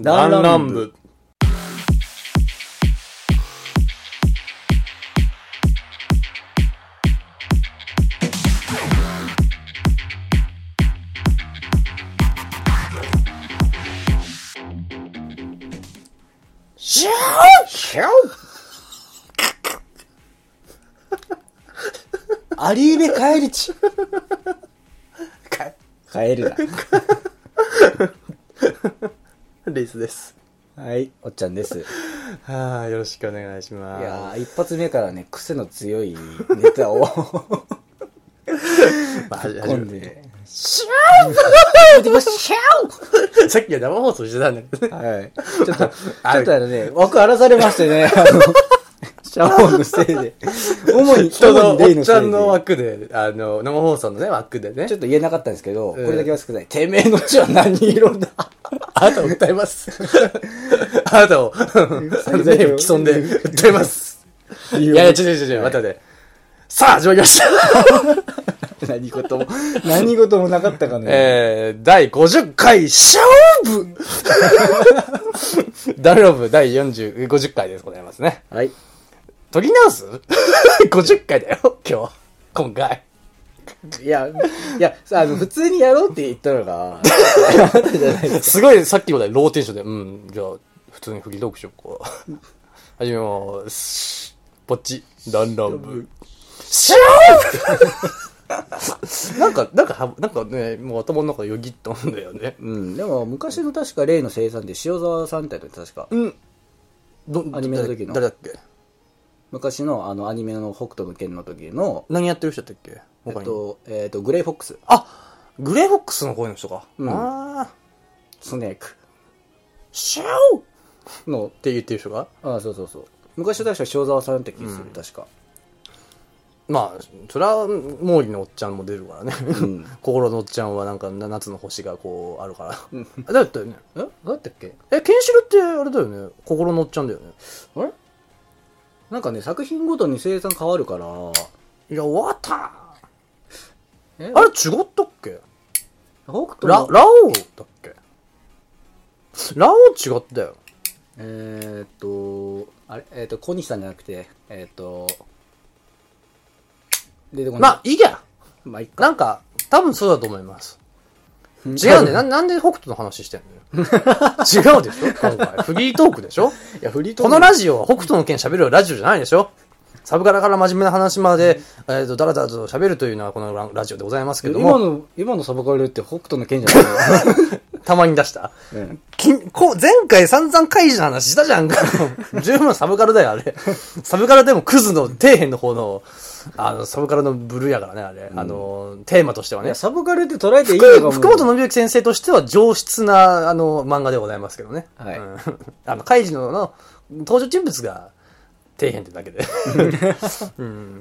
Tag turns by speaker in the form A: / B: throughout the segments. A: 弾
B: 弾
A: 丸
B: 丸
A: 部
B: 部。
A: シャオシャオアリーベ帰りち。
B: か
A: 帰る
B: リスです。
A: な。はい、おっちゃんです。い
B: はあ、よろしくお願いします。
A: やー、一発目からね、癖の強いネタを
B: まあ、始
A: 込ん
B: め
A: で。シャオでもシャ
B: さっきは生放送してたんだけどね。
A: オはい。ちょっと、ちょっとあのね、枠荒らされましてね、あの、シャオのせいで。主に、
B: 人の
A: 主
B: お
A: にレイ
B: っちゃん
A: せ
B: の
A: いで
B: 枠で、あの、生放送のね、枠でね
A: ちょ。っと言えなかったんですけど、こ
B: うん
A: れだけは少ない。てめえの血は何色だ
B: あなたを訴えます。 あなた を、あのね、既存で訴え ます。
A: い
B: いやいや、違う違う違う、待って待って。さあ、始まりま した。
A: 何事も、何事もなかったかね。
B: えー、第50回勝 負ダルロブ第40、50回でございますね。
A: はい。
B: 研ぎ直す ?50 回だよ、今日。今回。
A: いや、いや、さあの、普通にやろうって言ったのが、
B: すごい、さっきまでローテンションで、うん、じゃあ、普通にフリートークしようか。始めます。ポチ、ランランブ。シューなんか、なんかは、なんかね、もう頭の中よぎったんだよね。
A: うん、でも昔の確か例の生産で塩沢さんってやった確か、
B: うん。ど
A: アニメの時の
B: 誰だっけ
A: 昔のあのアニメの北斗の剣の時の、
B: 何やってる人だったっけ
A: えっ
B: 他に。
A: と、えっと、グレイフォックス、
B: あグレーフォックスの声の人か。
A: うん
B: ああ。
A: スネーク
B: シャオっ
A: の、
B: て言ってる人が
A: あそうそうそう。昔の確か塩沢さんって気する、確か。
B: まあ、それは毛利のおっちゃんも出るからね。
A: ん
B: 心のおっちゃんはなんか七つの星がこうあるから。あだったよね。
A: え何だったっけ
B: え、ケンシロウってあれだよね。心のおっちゃんだよね。
A: あれなんかね、作品ごとに生産変わるから、
B: いや、終わった
A: え
B: あれ違ったっけ
A: 北斗
B: ラ、
A: の、
B: ラオウだっけラオウ違ったよ。
A: えーっと、あれ、えーっと、小西さんじゃなくて、えーっと、出てこない。
B: まあ、いいや。
A: まあ、いっか。
B: なんか、多分そうだと思います。
A: 違
B: 違うね。な、なんで北斗の話してんのよ。 違うでしょ今回。フリートークでしょ
A: いや、フリートー
B: こ
A: ク
B: のラジオは北斗の剣喋るラジオじゃないでしょサブカラから真面目な話まで、えーと、だらだらと喋るというのはこのララジオでございますけど
A: 今
B: も、
A: の、今のサバカルって北斗の剣じゃない
B: たまに出した。
A: の、うん、
B: きこ前回散々開示の話したじゃんか。 十分サブカルだよ、あれ。サブカルでもクズの底辺の方の、あの、サブカルのブルーやからね、あれ。あの、テーマとしてはいね
A: や、。サバカルって捉えていいのかも。
B: 福本信之先生としては上質なあの漫画でございますけどね。
A: はい
B: うん あの、カイジのの登場人物が底辺ってだけ で。うん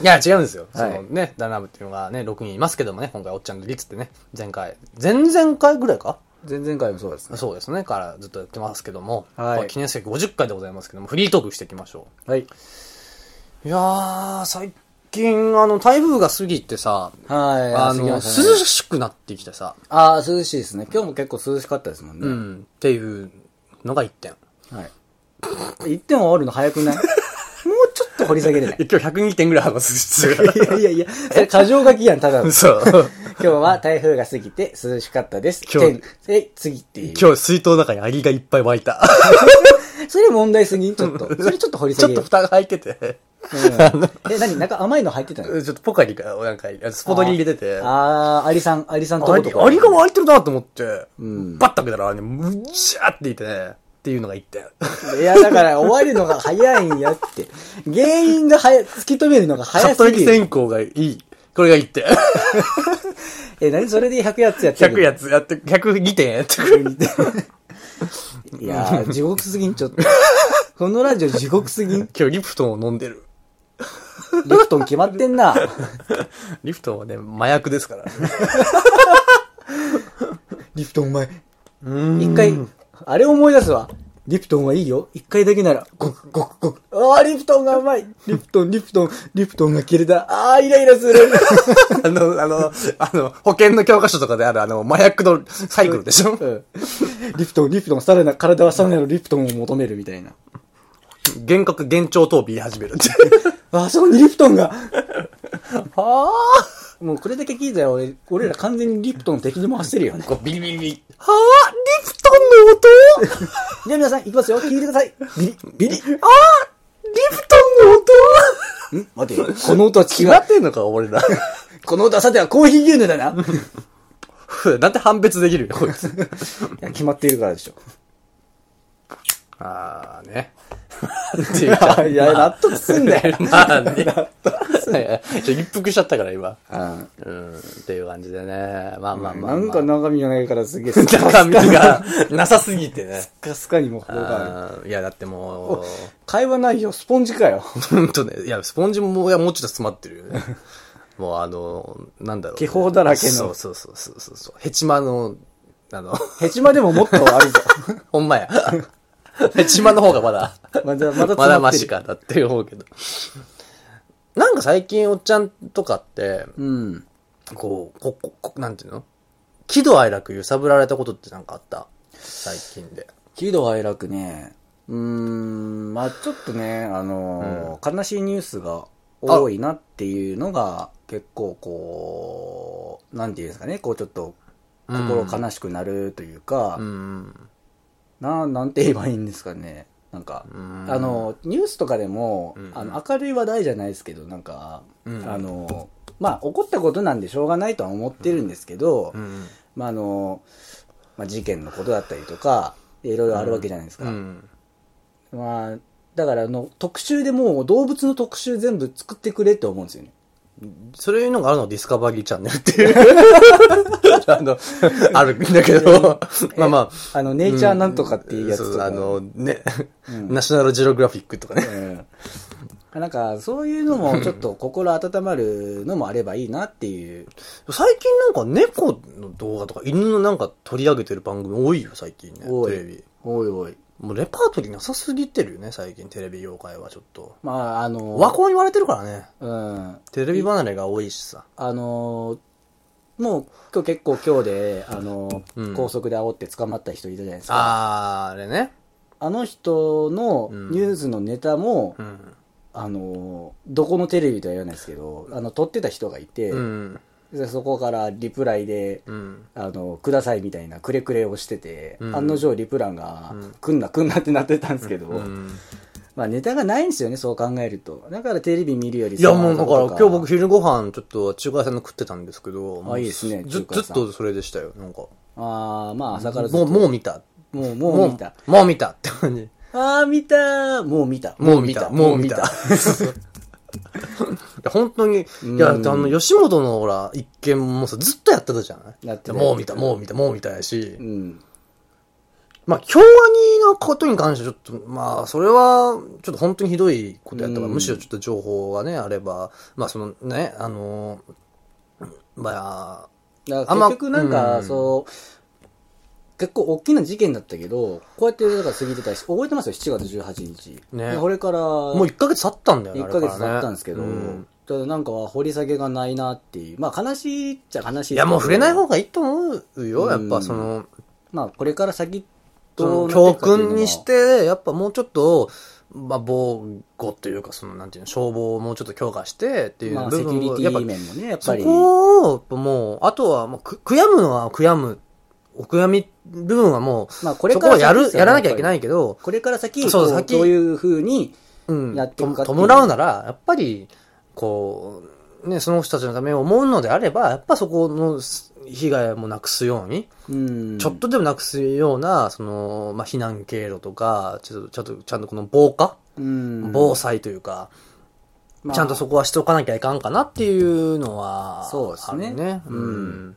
B: いや、違うんですよ。
A: はい
B: そのね、ダンラムっていうのがね、6人いますけどもね、今回、おっちゃんの率ってね、前回、前々回ぐらいか
A: 前々回もそうですね。
B: そうですね、からずっとやってますけども、
A: はい
B: まあ記念すべき50回でございますけども、フリートークしていきましょ
A: はい。
B: う。いやー、最近、あの、台風が過ぎてさ、
A: はい。
B: あの、涼
A: 涼し、
B: しくなってきてさ、
A: あー涼しいですね。今日も結構涼しかったですもんね。
B: うん、っていうのが一点。
A: はい。1点はあるの早く ないもうちょっと掘り下げれない。
B: 今日102点ぐらい話す必要
A: いやいやいや、それ過剰書きやん、ただの。
B: そう。
A: 今日は台風が過ぎて涼しかったです。
B: 今日
A: 点で、次っていう。
B: 今日水筒の中にアリがいっぱい湧い た。
A: それ問題すぎん、ちょっ と。それちょっと掘り
B: ち
A: 下
B: ょっ
A: げよ
B: と
A: う。
B: 蓋が開いてて。
A: うん、え、何中甘いの入ってたの
B: ちょっとポカリが、なんか、スポドリ入れてて。あ
A: あー、アリさん、アリさんと
B: ア
A: こ
B: リ
A: とか。
B: アリが湧いてるなと思って、
A: ん
B: バッと開けたらね、むちゃっていてね、っていうのが一点。
A: いや、だから終わるのが早いんやって。原因が早い、突き止めるのが
B: カ
A: 早
B: ット
A: す
B: 焼き
A: ぎ る。
B: 線香がいい。これが一 点。
A: え、何それで100やつやってる
B: 100やつやって、102点やってくる。
A: いやー、地獄すぎん、ちょっと。このラジオ地獄すぎん。
B: 今日リプトンを飲んでる。
A: リフトン決まってんな。
B: リプトンはね、麻薬ですから。
A: リフトンお前。一回、あれ思い出すわ。リプトンはいいよ。一回だけなら、ごくごくごく。ああ、リプトンが甘い。リプトン、リプトン、リプトンが切れた。ああ、イライラする。
B: あの、あの、あの、保険の教科書とかである、あの、麻薬のサイクルでしょ
A: うんリプトン、リプトン、さらな、体はさらなるリプトンを求めるみたいな。
B: 幻覚、幻聴とを言い始める って。
A: ああ、そこにリプトン が。
B: は
A: もうこれだけ聞いたら俺、俺ら完全にリプトンの敵に回してるよね。
B: ぁビリビリビリ。はぁリプトンの音
A: じゃあ皆さん、いきますよ。聞いてください。ビリ、ビリ。
B: あぁリプトンの音
A: ん待てよ。この音は違
B: 決ま
A: う。
B: ってんのか、俺ら。
A: この音はさてはコーヒー牛乳だな。い
B: なんて判別できるよ、こいつ。
A: や決まっているからでしょ。
B: あー ね。
A: いや、納得すんだ よ。
B: まあ ね。はいはいちょ一服しちゃったから、今。
A: うん
B: うん、っていう感じでね。まあまあまあ、ま
A: な
B: あ。
A: んか中身が ないからすげえ、スカ
B: 中身が なさすぎてね。
A: スカにも程がある。
B: あーいや、だっても
A: 会話ないよ、スポンジかよ。
B: う、 ほんとね、いや、スポンジも、いや、もうちょっと詰まってるよ ね。もうあの、なんだろう、
A: 気泡だらけの
B: そうそうそうそうそうそう。ヘチマの、あの、
A: ヘチマでももっとあるぞ。
B: ほんまや。 ヘチマの方がまだ、
A: まだ、まだ
B: まだマ
A: し
B: シ。かなって思うけど。なんか最近おっちゃんとかって、
A: うん。
B: こう、こ、こ、こなんていうの喜怒哀楽揺さぶられたことってなんかあった最近で。
A: 喜怒哀楽ね。うーん、まあちょっとね、あのー悲しいニュースが多いなっていうのが、結構こう、なんていうんですかね、こうちょっと、心悲しくなるというか、
B: うん。
A: な、なんて言えばいいんですかね。なんか、
B: うん
A: あの、ニュースとかでも、
B: うん
A: あの、明るい話題じゃないですけど、なんか、
B: うん
A: あの、まあ、起こったことなんでしょうがないとは思ってるんですけど、
B: うん。
A: まあ、あの、まあ、事件のことだったりとか、いろいろあるわけじゃないですか。
B: うん。
A: まあ、だから、あの、特集でもう動物の特集全部作ってくれって思うんですよね。
B: そういうのがあるのがディスカバリーチャンネルっていう。 あの、あるんだけど、まあま
A: あの、
B: あ。
A: ネイチャーなんとかっていうやつ
B: ん
A: と
B: そう
A: か。
B: あの、ね、
A: うん
B: ナショナルジオグラフィックとかね。
A: うん、なんかそういうのもちょっと心温まるのもあればいいなっていう
B: 最近なんか猫の動画とか犬のなんか取り上げてる番組多いよ、最近ね。
A: 多
B: テ
A: い
B: レビ。
A: おいおい
B: もうレパートリーなさすぎてるよね、最近テレビ業界はちょっと。
A: まああの
B: 和光に言われてるからね。
A: うん
B: テレビ離れが多いしさ。
A: あのもう今日結構今日であの、
B: うん
A: 高速で煽って捕まった人いたじゃないですか
B: あー、あれね。
A: あの人の
B: うん
A: ニュースのネタも、
B: うん。
A: あのどこのテレビとは言わないですけどあの撮ってた人がいて、
B: うん。
A: でそこからリプライで
B: うん。
A: あの、くださいみたいなくれくれをしてて、
B: うん
A: 案の定リプランが、
B: うん
A: くんなくんなってなってたんですけど、
B: うん
A: まあネタがないんですよね、そう考えると。だからテレビ見るより
B: いやもうだから今日僕
A: 僕、
B: 昼ご飯ちょっと中華屋さんの食ってたんですけど。もう
A: いいですね
B: ず
A: 中華屋
B: ずっ
A: さん
B: とそれでしたよ、なんか。
A: ああ、まあ朝からずっ
B: もう、
A: と
B: もう見た。
A: もう、もう見た。。
B: もう見たって感じ。
A: ああ、見たもう見た。
B: もう見た。もう見た。い
A: も
B: や 本当に、
A: うん
B: いや、あの、吉本のほら、一見もさ、ずっとやってたじゃない
A: やってた
B: もう見た、もう見た、もう見たやし。
A: うん。
B: まあ、京アニのことに関してはちょっと、まあ、それは、ちょっと本当にひどいことやったから、
A: うん
B: むしろちょっと情報がね、あれば、まあ、そのね、あの、まあ、
A: だ
B: あ
A: か
B: ん
A: ら
B: ま
A: 結局なん
B: う
A: か、
B: ん
A: そう、結構大きな事件だったけど、こうやってだから過ぎてたし、覚えてますよ、7月18日。
B: ね
A: でこれから、
B: もう1ヶ月経ったんだよね、
A: 1
B: あれ
A: ヶ
B: から
A: 月
B: ね
A: 経ったんですけど、
B: うん
A: ただなんかは掘り下げがないなっていう、まあ悲しいっちゃ悲しいですけ
B: い
A: ど
B: や、もう触れない方がいいと思うよ、やっ
A: う
B: ぱ、
A: ん
B: その、
A: まあこれから先
B: そ
A: ど
B: の
A: うな
B: 教
A: っていくかっていうのは
B: 訓にして、やっぱもうちょっと、まあ、防護というか、その、なんていうの、消防をもうちょっと強化してっていう
A: まあ
B: 部
A: セキュ
B: 分
A: リ
B: を
A: テ
B: やっぱ
A: ィ面もね、やっ
B: そ
A: ぱり。
B: こを、やっぱもう、あとは、もうく、悔やむのは悔やむ。お悔やみ部分はもう、
A: まあこれ
B: そ
A: か
B: こ
A: ら
B: を
A: 先
B: や
A: で
B: る、
A: すよね
B: やらなきゃいけな
A: やっぱ
B: いけど、
A: りこれから先、
B: そう
A: こう
B: 先
A: どういうふうに、
B: うん、
A: やっていくかって
B: と
A: いう
B: 弔うなら、やっぱり、こう、ね、その人たちのためを思うのであれば、やっぱそこのす被害もなくすように、
A: うん
B: ちょっとでもなくすような、その、まあ、避難経路とか、ちょっと、ちゃんと、ちゃんとこの防火、
A: うん
B: 防災というか、
A: まあ
B: ちゃんとそこはしておかなきゃいかんかなっていうのは、
A: そうですね
B: あるね。う。
A: うん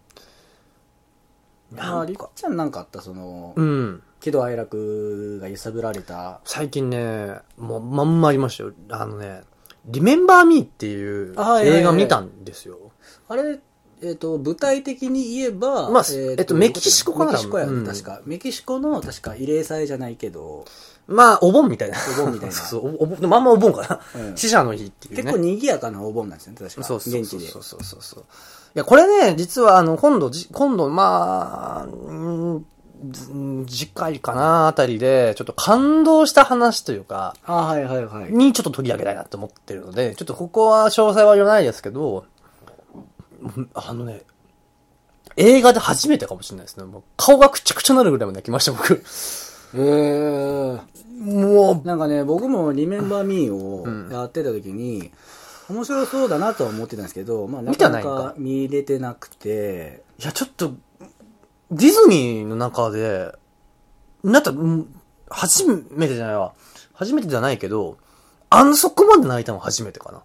A: まあ、りっちゃんなんかあった、その
B: う、ん。
A: 喜怒哀楽が揺さぶられた。
B: 最近ね、もうまんまありましたよ。あのね、リメンバーミーっていう
A: あはいはいはい
B: 映画見たんですよ。
A: あれ、えっ、と、舞台的に言えば、
B: まあえっとメキシコかな
A: メキシコやね
B: うん
A: 確か。メキシコの、確か、慰霊祭じゃないけど、
B: まあ、お盆みたいな。
A: お盆みたいな
B: そうそう、おお盆、でもあんまお盆かな。
A: うん
B: 死者の日っていうね。
A: 結構賑やかなお盆なんですよね、確か。
B: そうそう
A: 現
B: そ
A: 地
B: う
A: で。
B: そうそうそうそう。いや、これね、実はあの、今度じ、今度、まあ、うーん、次回かな、あたりで、ちょっと感動した話というか、
A: あはいはいはい。
B: にちょっと取り上げたいなと思ってるので、ちょっとここは詳細は言わないですけど、あのね、映画で初めてかもしれないですね。もう顔がくちゃくちゃなるぐらいまで泣きまし た、僕。
A: えー。
B: もう、
A: なんかね、僕もリメンバーミーをやってた時に、面白そうだなとは思ってたんですけど、まあ、な
B: 見て
A: か
B: な
A: ない
B: んか
A: か見れてなくて、
B: いや、ちょっと、ディズニーの中で、なんか、うん初めてじゃないわ。初めてじゃないけど、あの、そこまで泣いたの初めてかな。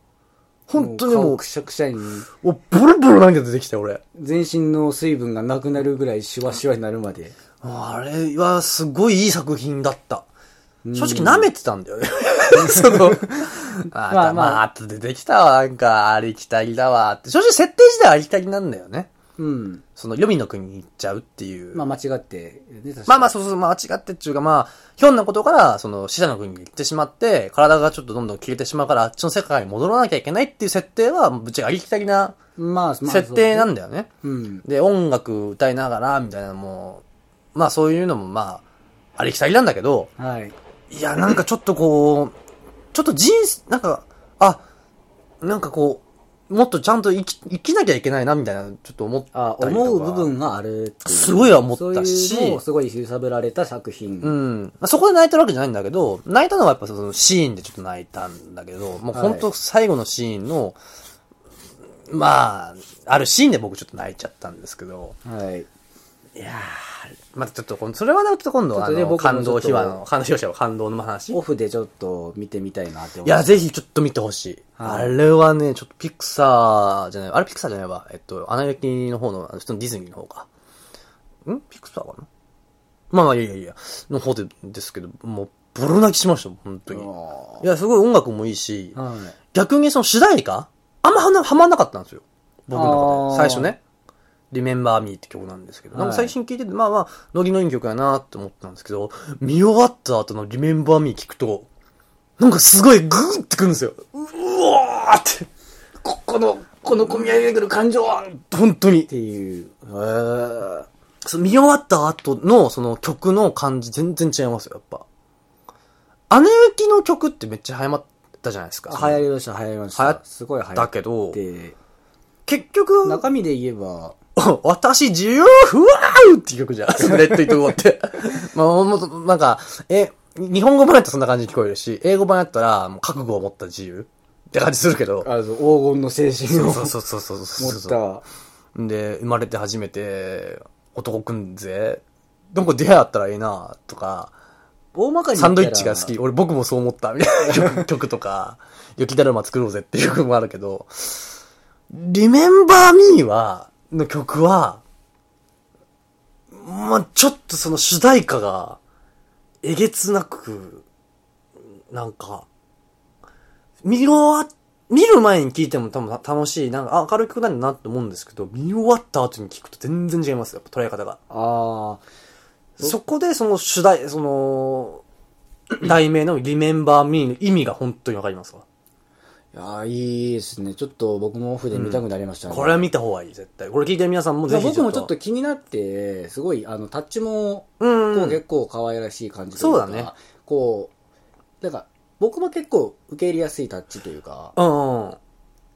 B: 本当に
A: も
B: も
A: う顔くしゃくしゃに、
B: う、もうボロボロ涙出てきたよ、俺。
A: 全身の水分がなくなるぐらいシワシワになるまで。
B: あれは、すごいいい作品だった。
A: うん
B: 正直舐めてたんだよね。その、
A: ま
B: あま
A: あ
B: あ、
A: まあ
B: まあ、後でできたわ、なんか、ありきたりだわって。正直、設定自体ありきたりなんだよね。
A: うん。
B: その、予備の国に行っちゃうっていう。
A: まあ間違って、ね、確かに
B: まあまあ、そうそう、まあ間違ってっていうか、まあ、ひょんなことから、その、死者の国に行ってしまって、体がちょっとどんどん消えてしまうから、あっちの世界に戻らなきゃいけないっていう設定は、ぶっちゃけありきたりな
A: まあ、まあ、
B: 設定なん
A: だ。
B: だよね。
A: うん。
B: で、音楽歌いながら、みたいなのも、まあそういうのも、まあ、ありきたりなんだけど、
A: はい。
B: いや、なんかちょっとこう、ちょっと人生、なんか、あ、なんかこう、もっとちゃんと生き、生きなきゃいけないな、みたいな、ちょっと思った
A: あ
B: りとか。
A: 思う部分があるっていう
B: すごい思ったし
A: そういうのをすごい揺さぶられた作品。
B: うん。まあそこで泣いてるわけじゃないんだけど、泣いたのはやっぱそのシーンでちょっと泣いたんだけど、もう本当最後のシーンの、まあ、あるシーンで僕ちょっと泣いちゃったんですけど、
A: はい。
B: いやー、またちょっとこの、それはね、ちょっと今度はあ
A: ちょっとね
B: の、
A: 僕も
B: 感
A: ちょ
B: 動
A: っと
B: 秘話の、感動秘話の感動の話。い
A: オフでちょっと見てみたいなって思
B: や、ぜひちょっと見てほしい。
A: はい
B: あれはね、ちょっとピクサーじゃない、あれピクサーじゃないわ。えっと、アナ雪の方の、あの普通のディズニーの方か。んピクサーかなまあまあ、いやいやいや、の方で、ですけど、もう、ボロ泣きしました、本当に。
A: はい
B: や、すごい音楽もいいし、
A: い。
B: 逆にその主題歌あんまはなはまんなかったんですよ。僕の
A: あー
B: 中で。最初ね。Remember Me って曲なんですけど、なんか最新聴いてて、まあまあ、ノリのいい曲やなって思ったんですけど、見終わった後の Remember Me 聞くと、なんかすごいグーってくるんですよ。うわーって。こ、この、この込み上げてくる感情は、本当に
A: っ。ていう。えー、
B: その見終わった後のその曲の感じ全然違いますよ、やっぱ。姉行きの曲ってめっちゃ流行ったじゃないですか。
A: 流行りました、流行りまし
B: 流行
A: た。
B: っ
A: すごい流行
B: だ
A: っ
B: けど、
A: て。
B: 結局、
A: 中身で言えば、
B: 私自由ふわーっていう曲じ ゃん。レッドイットゴーって。 まあ、もうなんか、え、日本語版やったらそんな感じに聞こえるし、英語版やったら、もう覚悟を持った自由って感じするけど。
A: あの黄金の精神を
B: そうそうそうそうそう
A: 持っ
B: そう。
A: た。
B: で、生まれて初めて、男くんぜ。なんか出会ったらいいなとか、
A: 大まかに言ったら
B: サンドイッチが好き。俺僕もそう思った。みたいな 曲曲とか、雪だるま作ろうぜっていう曲もあるけど、リメンバーミーは、の曲は、まあ、ちょっとその主題歌が、えげつなく、なんか、見終わ、見る前に聴いても多分楽しい、なんかあ明るい曲なんだなって思うんですけど、見終わった後に聴くと全然違いますよ、やっぱ捉え方が。
A: あ
B: そこでその主題、その、題名の Remember Me の意味が本当にわかりますわ。
A: ーいやーいいですね。ちょっと僕もオフで見たくなりましたね。
B: これは見た方がいい、絶対。これ聞いてる皆さんも
A: ま
B: ぜ
A: あ
B: ひ
A: 僕もちょっと、気になって、すごい、あの、タッチも、
B: うん
A: こ
B: う。
A: うん結構可愛らしい感じとい
B: そうう
A: か、
B: だね
A: こう、なんか、僕も結構受け入れやすいタッチというか、
B: うんうん。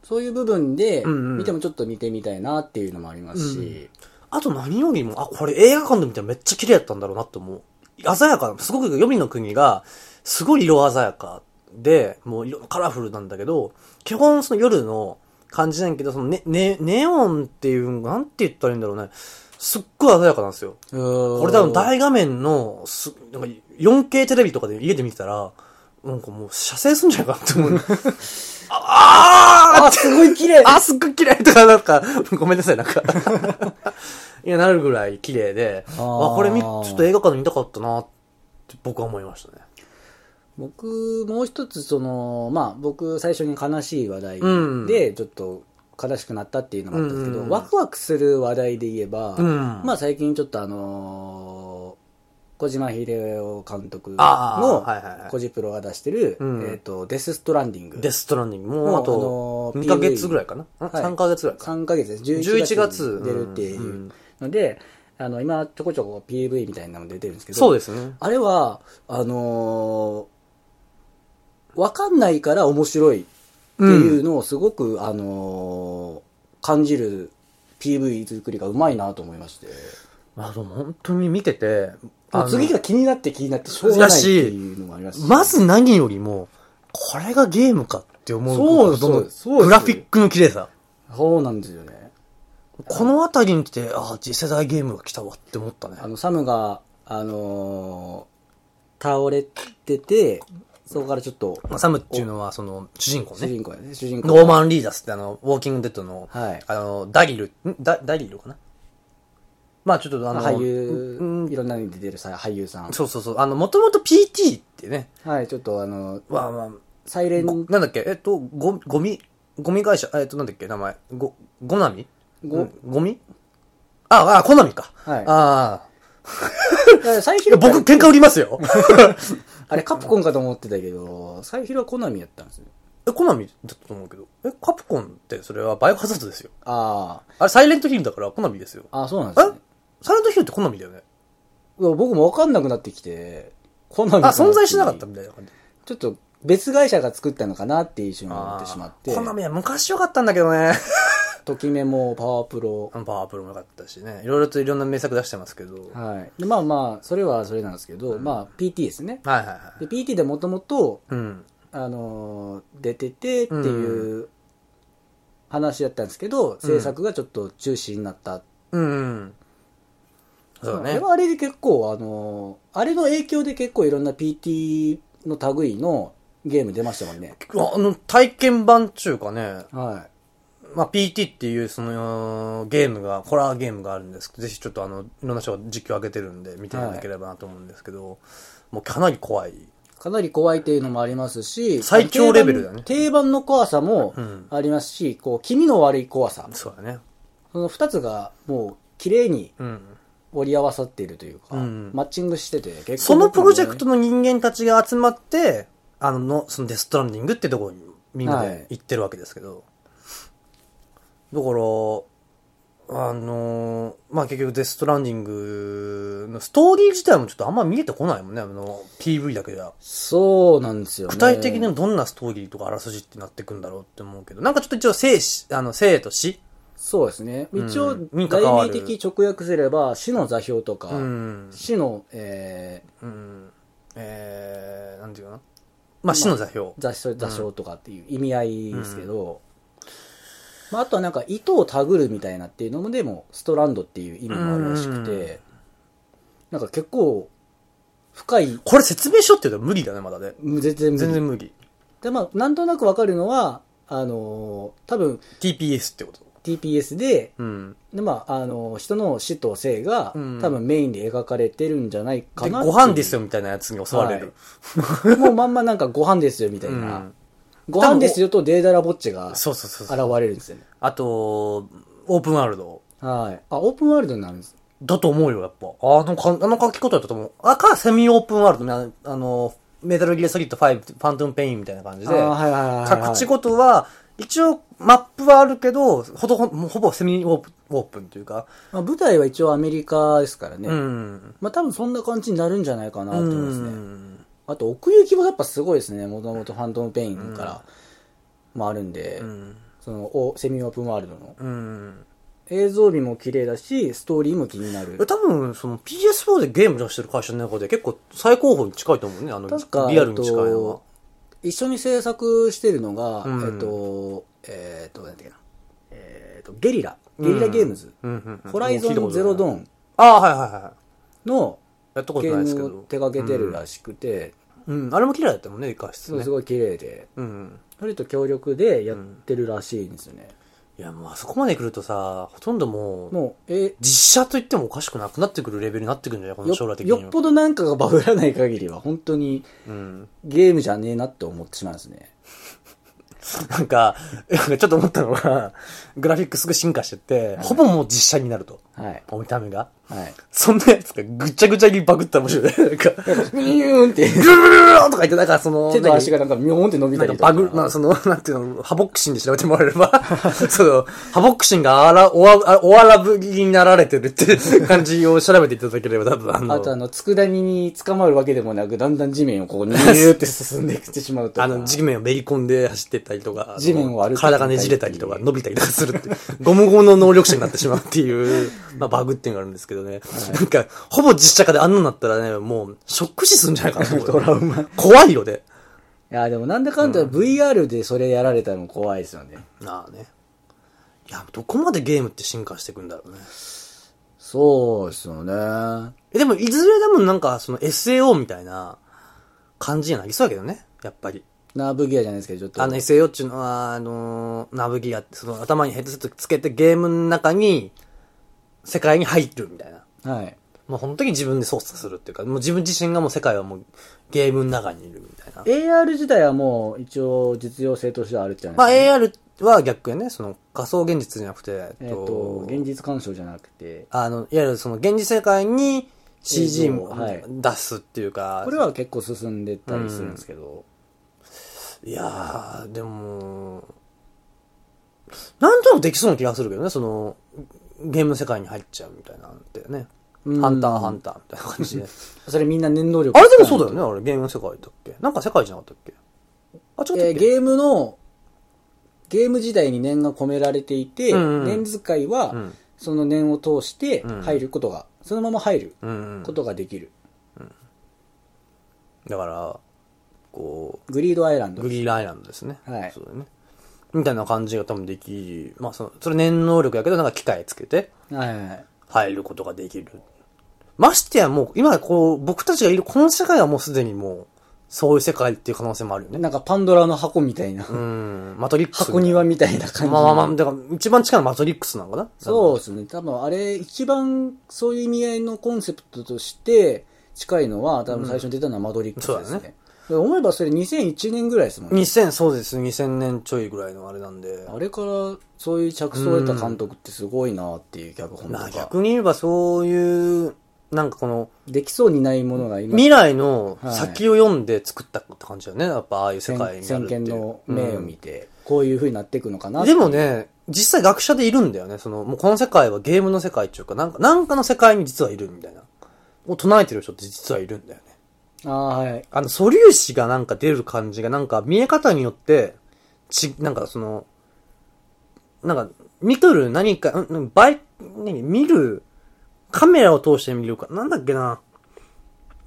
A: そういう部分で、
B: うんうん
A: 見てもちょっと見てみたいなっていうのもありますし、
B: あと何よりも、あ、これ映画館で見たらめっちゃ綺麗だったんだろうなって思う。鮮やかな、すごく予備の国が、すごい色鮮やかで、もう色カラフルなんだけど、基本その夜の感じなんやけど、そのね、ね、ネオンっていう、なんて言ったらいいんだろうね。すっごい鮮やかなんですよ。
A: こ
B: これ多分大画面のす、なんか 4K テレビとかで家で見てたら、なんかもう射精すんじゃないかなって 思う。ああー
A: あ、すごい綺麗
B: あーすっごい綺麗とか、なんか、ごめんなさい、なんか。いや、なるぐらい綺麗で、あ
A: あー
B: これ見、ちょっと映画館で見たかったなって僕は思いましたね。
A: 僕、もう一つ、その、まあ、僕、最初に悲しい話題
B: うん
A: で、ちょっと悲しくなったっていうのもあったんですけど、
B: うんうん
A: ワクワクする話題で言えば、
B: うん。
A: まあ最近ちょっとあのー小島秀夫監督
B: あー
A: の
B: はいはいはい
A: コジプロが出してる、
B: うん
A: えっ、と、デスストランディング。
B: デストランディング。
A: も
B: も
A: う
B: うあと
A: あ、の
B: 2ヶ月ぐらいかな。
A: い
B: 3ヶ月ぐらいか。
A: 3ヶ月です。11
B: 11
A: 月
B: 月
A: に出るってい
B: うんう
A: うんので、あの、今ちょこちょこ PV みたいなのも出てるんですけど、
B: そうですね。
A: あれは、あのーわかんないから面白いっていうのをすごく、あのー感じる PV 作りがうまいなと思いまして。
B: あ、でも本当に見てて、あの
A: 次が気になって気になってしょうがないっていうのもありますし
B: まず何よりも、これがゲームかって思う。
A: そう
B: この
A: そうそうです
B: グラフィックの綺麗さ。
A: そうなんですよね。
B: この辺りに来て、ああ、次世代ゲームが来たわって思ったね。
A: あの、サムが、あのー倒れてて、そこからちょっと、
B: まあサムっていうのは、その、主人公
A: 主
B: ね。
A: 人公やね、主人公。
B: ノーマン・リーダスってあの、ウォーキングデッドの、
A: はい
B: あの、ダリル、んダダリルかなまあちょっとあの、
A: 俳
B: うん
A: 優、
B: うん
A: いろんなのに出てるさ俳優さん。
B: そうそうそう、あの、もともと PT ってね、
A: はい、ちょっとあの、
B: まあまあ、
A: サイレン、
B: ごなんだっけ、えっと、ゴミ、ゴミ、ゴミ会社、えっと、なんだっけ、名前、ゴ、ゴナミ
A: ご
B: うんゴミあ、あ、コナミか。
A: はい
B: ああ。
A: 最
B: い
A: 初
B: や僕、喧嘩売りま すよ。
A: あれカプコンかと思ってたけど、最初はコナミやったんですね。
B: え、コナミだったと思うけど。え、カプコンって、それはバイオハザードですよ。
A: あ
B: あれ、サイレントヒルだから、コナミですよ。
A: あ、ああ、そうなん
B: え
A: ですね。
B: サイレントヒルってコナミだよね。
A: いや僕もわかんなくなってきて、コナミ
B: あ、
A: か
B: 存在しなかったみたいな感じ。
A: ちょっと別会社が作ったのかなっていう瞬間に思ってしまって、
B: コナミは昔良かったんだけどね。
A: ときめもパワープロ
B: あ。のパワープロも良かったしね。いろいろといろんな名作出してますけど。はい
A: はい。でまあまあ、それはそれなんですけど、まあ PT ですね。
B: はいはい。
A: で PT でもともと、
B: うん。
A: あのー出ててっていう話だったんですけど、制作がちょっと中止になった
B: うんうん。そうだ
A: あれ
B: ね。
A: はあれで結構、あのーあれの影響で結構いろんな PT の類のゲーム出ましたもんね。
B: あの、体験版っちゅうかね、
A: は
B: まあ、PT っていうそのゲームが、ホラーゲームがあるんですけど、ぜひちょっとあの、いろんな人が実況上げてるんで、見ていただければなと思うんですけど、もうかなり怖い。
A: い。かなり怖いっていうのもありますし、
B: 最強レベルだね
A: 定番定番の怖さも
B: うん
A: ありますし、こう、気味の悪い怖さ。
B: そうだね。
A: その二つがもう、綺麗に
B: うん。
A: 折り合わさっているというか、
B: うん
A: マッチングしてて、結構、
B: そのプロジェクトの人間たちが集まって、あのの、そのデストランディングってところにみんな
A: はい
B: で行ってるわけですけど、だから、あのーまあ、結局デストランディングのストーリー自体もちょっとあんま見えてこないもんね、あの、PV だけじゃ。
A: そうなんですよ、ね。
B: 具体的にどんなストーリーとかあらすじってなってくんだろうって思うけど、なんかちょっと一応生死、あの、生と死
A: そうですね。一応、
B: うんに関
A: 題
B: わ
A: 名
B: る
A: 的直訳すれば、死の座標とか、
B: うん。
A: 死の、えー
B: うん。えー、なんていうかな。まあ、死の座標。
A: 座礁座礁とかっていう意味合いですけど、まあ、あとはなんか糸をたぐるみたいなっていうのもでもストランドっていう意味もあるらしくて、
B: うん
A: なんか結構深い
B: これ説明しようって言うと無理だね、まだね。
A: 全然
B: 全然無理。
A: で、まあ、なんとなくわかるのはあのー多分
B: TPS ってこと。
A: TPS で
B: うん。
A: で、まああのー人の死と生が、
B: うん
A: 多分メインで描かれてるんじゃないか
B: で、
A: なって
B: ご
A: いう
B: 飯ですよみたいなやつに襲われる。
A: もうまんまなんかご飯ですよみたいうな、
B: ん。
A: ご飯ですよとデーダラボッチが現
B: そうそうそうそう。
A: れるんですよね
B: あと、オープンワールド。
A: はいあオープンワールドになるんです
B: だと思うよ、やっぱ。あのか、あの書き方だったと思う。あか、セミオープンワールドね、ああの、メタルギアソリッド5、ファントムペインみたいな感じで。
A: あーはいはいはいはい
B: 各地ごとは、一応、マップはあるけど、ほどほ、もうほぼセミオープン、オープンというか。
A: まあ、舞台は一応アメリカですからね、
B: うん。
A: まあ多分そんな感じになるんじゃないかなと思いますね、
B: うん
A: あと奥行きもやっぱすごいですねもともと「ファントム・ペイン」からもあるんで、
B: うん。
A: そのおセミオープンワールドの
B: うん。
A: 映像美も綺麗だしストーリーも気にな
B: 多
A: る
B: 分、その PS4 でゲーム出してる会社の中で結構最高峰に近いと思うね、あの
A: 確か、
B: リアルに近い
A: えっ
B: のは
A: と。一緒に制作してるのが、
B: うん
A: えっとえっとなんていうかなえっとゲリラゲリラゲームズ、
B: うんうんうん
A: ホライゾンゼロド
B: ン。
A: ーン
B: ああ、はいはいはい。
A: の
B: やったこと
A: ゲ
B: ないで
A: ー
B: すけ
A: ム
B: ど。
A: を手掛けてるらしくて、
B: うん。うんあれも綺麗だったもんね、理科室
A: す
B: ね。
A: ごい綺麗で
B: うん。
A: それと協力でやってるらしいんですよね、
B: いや、もうあそこまで来るとさ、ほとんどもう、
A: もうえ
B: 実写と言ってもおかしくなくなってくるレベルになってくるんじゃないこの将来
A: よ
B: 的には。
A: よっぽどなんかがバブらない限りは本当に
B: うん。
A: ゲームじゃねえなって思ってしまうんですね
B: なんか、なんかちょっと思ったのが、グラフィックすごい進化してて、ほぼもう実写になると。
A: はい。
B: 見た目が。
A: はい。
B: そんなやつがぐちゃぐちゃにバグったら面白いね。なんか、ぐる
A: ビューンって、
B: ーとか言って、なんかその、
A: 手と足がなんか、ミョーンって伸び
B: な
A: た
B: んか
A: りとか。
B: バグ、まあ、その、なんていうの、ハボックシンで調べてもらえれば、その、ハボックシンがあら、おわ、あおわらぶになられてるって感じを調べていただければ、多分あの、
A: あとあの、佃煮に捕まるわけでもなく、だんだん地面をこう、ニ ューって進んできてしまうとか。
B: あの、地面をめり込んで走ってったりとか、
A: 地面を歩く
B: 体がねじれたりとか、伸びたりとかするって いう、ゴムゴムの能力者になってしまうっていう、まあバグっていうのがあるんですけどね。なんか、ほぼ実写化であんなになったらね、もう、ショック死するんじゃないかなと思う。
A: トラウマ
B: 怖いよね。
A: いや、でもなんだかんだ VR でそれやられたの怖いですよね。
B: なあね。いや、どこまでゲームって進化していくんだろうね。
A: そうですよね。あ
B: え、でも、いずれでもなんか、その SAO みたいな感じになりそうやけどね。やっぱり。
A: ナーブギアじゃないですけど、ちょっと。
B: あの SAO っていうのは、あのーナブギアって、その頭にヘッドセットつけてゲームの中に、世界に入るみたいな。
A: はい。
B: もう本当に自分で操作するっていうか、もう自分自身がもう世界はもうゲームの中にいるみたいな。
A: AR 自体はもう、一応、実用性としてはあるじゃ
B: まあ
A: ないですか。
B: AR は逆やね、その仮想現実じゃなくて、
A: えっと、現実干渉じゃなくて、
B: あの、いわゆるその現実世界に CG
A: 映
B: も
A: 像はい
B: 出すっていうか、
A: これは結構進んでったりするんですけど、
B: いやー、でも、なんとなくできそうな気がするけどね、その、ゲームの世界に入っちゃうみたいなんてね。
A: うん
B: ハンターハンターみたいな感じで。
A: それみんな念能力
B: あれでもそうだよね、あれ、ゲームの世界だっけなんか世界じゃなかったっけあ、ちょっと、
A: えーゲームの、ゲーム時代に念が込められていて、
B: うんうん
A: 念遣いは、
B: うん
A: その念を通して
B: うん
A: 入ることが、そのまま入る
B: うんうん
A: こ。とができる。
B: だから、こ
A: グリードアイラン
B: う、
A: ド
B: グ。リーンアイランドですね。
A: はい
B: そうだね。みたいな感じが多分でき、まあその、それ念能力やけど、なんか機械つけて、
A: はいはいはい。
B: 入ることができる。ましてやもう、今こう、僕たちがいるこの世界はもうすでにもう、そういう世界っていう可能性もあるよね。
A: なんかパンドラの箱みたいな、
B: うん、マトリックス。
A: 箱庭みたいな感じ。
B: まあまあまあ、だから一番近いのはマトリックスなのかな
A: そうですね。多分あれ、一番そういう意味合いのコンセプトとして近いのは、多分最初に出たのはマドリックス
B: うん
A: です
B: そうだ
A: ね。で思えばそれ2001年ぐらいですもんね。
B: 2000、そうです。2000年ちょいぐらいのあれなんで。
A: あれからそういう着想を得た監督ってすごいなっていう脚本と
B: まあ
A: か。
B: 逆に言えばそういう、なんかこの、
A: できそうにないものが今、
B: 未来の先を読んで作ったって感じだよね。やっぱああいう世
A: 先
B: 界になる
A: 先
B: っていう。
A: 見の目を見て、こういう風になっていくのかなって
B: でも、ね、実際学者でいるんだよね。その、もうこの世界はゲームの世界っていうか、なんか、なんかの世界に実はいるみたいな。を唱えてる人って実はいるんだよね。
A: あーはい。
B: あの、素粒子がなんか出る感じが、なんか見え方によって、ち、なんかその、なんか、見とる何か、うんうん、バイ、何、見る、カメラを通して見るか、なんだっけな。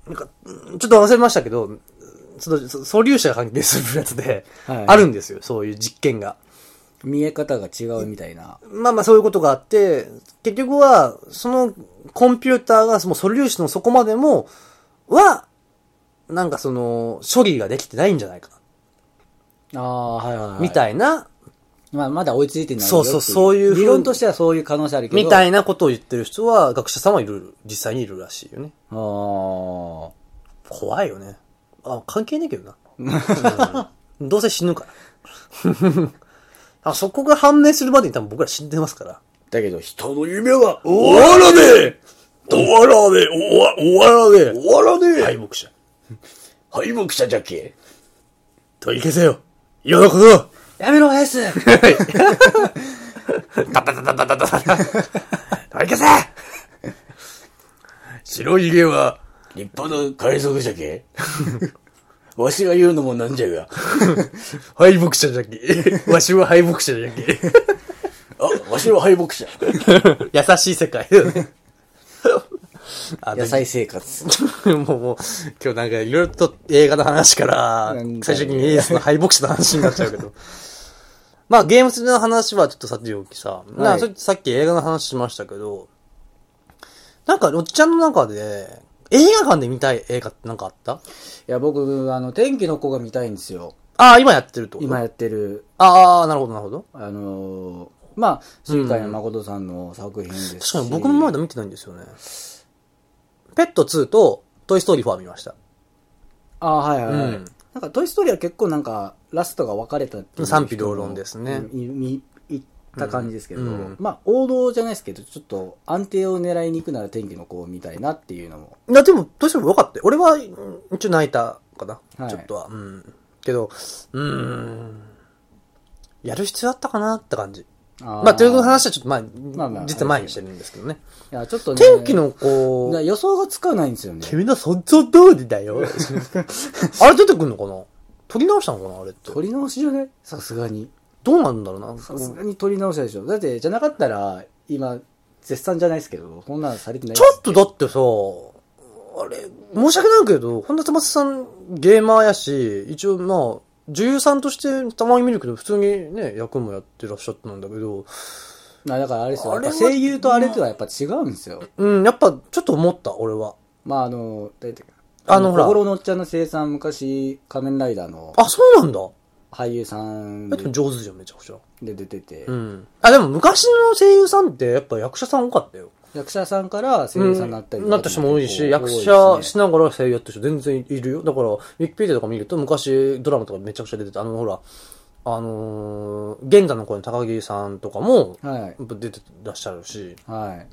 B: なんか、うんちょっと忘れましたけど、ちょっとそ素粒子が関係するやつで、
A: はい
B: あるんですよ、そういう実験が。
A: 見え方が違うみたいな。
B: まあまあそういうことがあって、結局は、そのコンピューターがもう素粒子のそこまでも、は、なんかその、処理ができてないんじゃないかな。
A: ああ、はいはい、はい。
B: みたいな、
A: まあ、まだ追いついてないよ
B: そうそうそういうふうに
A: 理論としてはそういう可能性あるけど。
B: みた
A: あ
B: いなことを言ってる人は、学者さんはいる、実際にいるらしいよね。
A: あ。
B: 怖いよね。あ、関係ねえけどな。うんどうせ死ぬから。あそこが判明するまでに多分僕ら死んでますから。
A: だけど、人の夢は
B: 終わらねえ終わらねえ終わ終わらね
A: 終わらねえ、
B: 敗北者。
A: 敗北者じゃけ。
B: 取り消せよ世のことを
A: やめろ、エース
B: ダダダダダダダダ取り消せ白ひげは、
A: 立派な海賊じゃけ。わしが言うのもなんじゃが。
B: 敗北者じゃき。わしは敗北者じゃき。
A: あ、わしは敗北者。
B: 優しい世界だよね。あ
A: 野菜生活。
B: もう、もう、今日なんかいろいろと映画の話から
A: なん、か
B: 最終的にエースの敗北者の話になっちゃうけど。 まあ、ゲームの話はちょっとさておきさ、なさっきさっき映画の話しましたけど、なんか、おっちゃんの中で、映画館で見たい映画ってなんかあった
A: いや、僕、あの、天気の子が見たいんですよ。
B: ああ、今やってるってこと
A: 今やってる、
B: ああ、なるほど、なるほど。
A: あのーまあ、新海誠さんの作品です
B: 確
A: し
B: かに僕もまだ見てないんですよね。ペット2と、トイストーリー4は見ました。
A: あはいはい、
B: う
A: はい
B: ん。
A: なんか、トイ・ストーリーは結構なんか、ラストが分かれたっていう人も
B: 賛否両論ですね
A: うんい見言った感じですけど、
B: うんうん
A: まあ、王道じゃないですけど、ちょっと安定を狙いに行くなら天気の子を見たいなっていうのも。
B: いや、でも、どうしても良かったよ。俺は、うん一応泣いたかな。
A: はい
B: ちょっとは。うん。けど、うーん。やる必要あったかなって感じ。
A: あー
B: まあ、という話はちょっと、まあ、
A: まあまあ
B: 実は前にしてるんですけどね。
A: いや、ちょっとね。
B: 天気の子、
A: な予想がつかないんですよね。
B: 君の想像通り だよ。あれ出てくんのかな撮り直したのかなあれって。
A: 取り直しじゃないさすがに。
B: どうなんだろうな。
A: さすがに取り直したでしょ。だって、じゃなかったら、今、絶賛じゃないですけど、こんなのされてない
B: ちょっとだってさ、あれ、申し訳ないけど、本田翼さんゲーマーやし、一応まあ、女優さんとしてたまに見るけど、普通にね、役もやってらっしゃったんだけど、
A: まあだからあれですよ。
B: あれ
A: や
B: は
A: っぱ声優とあれとはやっぱ違うんですよ。
B: うん、やっぱちょっと思った、俺は。
A: まああの、だいたい
B: あのほら
A: 心のおっちゃんの生産昔、仮面ライダーの
B: あ、そうなんだ。
A: 俳優さん
B: えっと上手じゃん、めちゃくちゃ。
A: で出てて、
B: うん。あ、でも昔の声優さんってやっぱ役者さん多かったよ。
A: 役者さんから声優さんになったりと
B: うん
A: か
B: なった人も多いし、
A: 結構
B: 役
A: 多い
B: 者
A: です
B: しながら声優やってる人全然いるよ。だから、ウィキペディアとか見ると昔ドラマとかめちゃくちゃ出てた。あの、ほら、あのー、現在の声の高木さんとかも、
A: ねはい。
B: やっぱ出てらっしゃるし、
A: はい。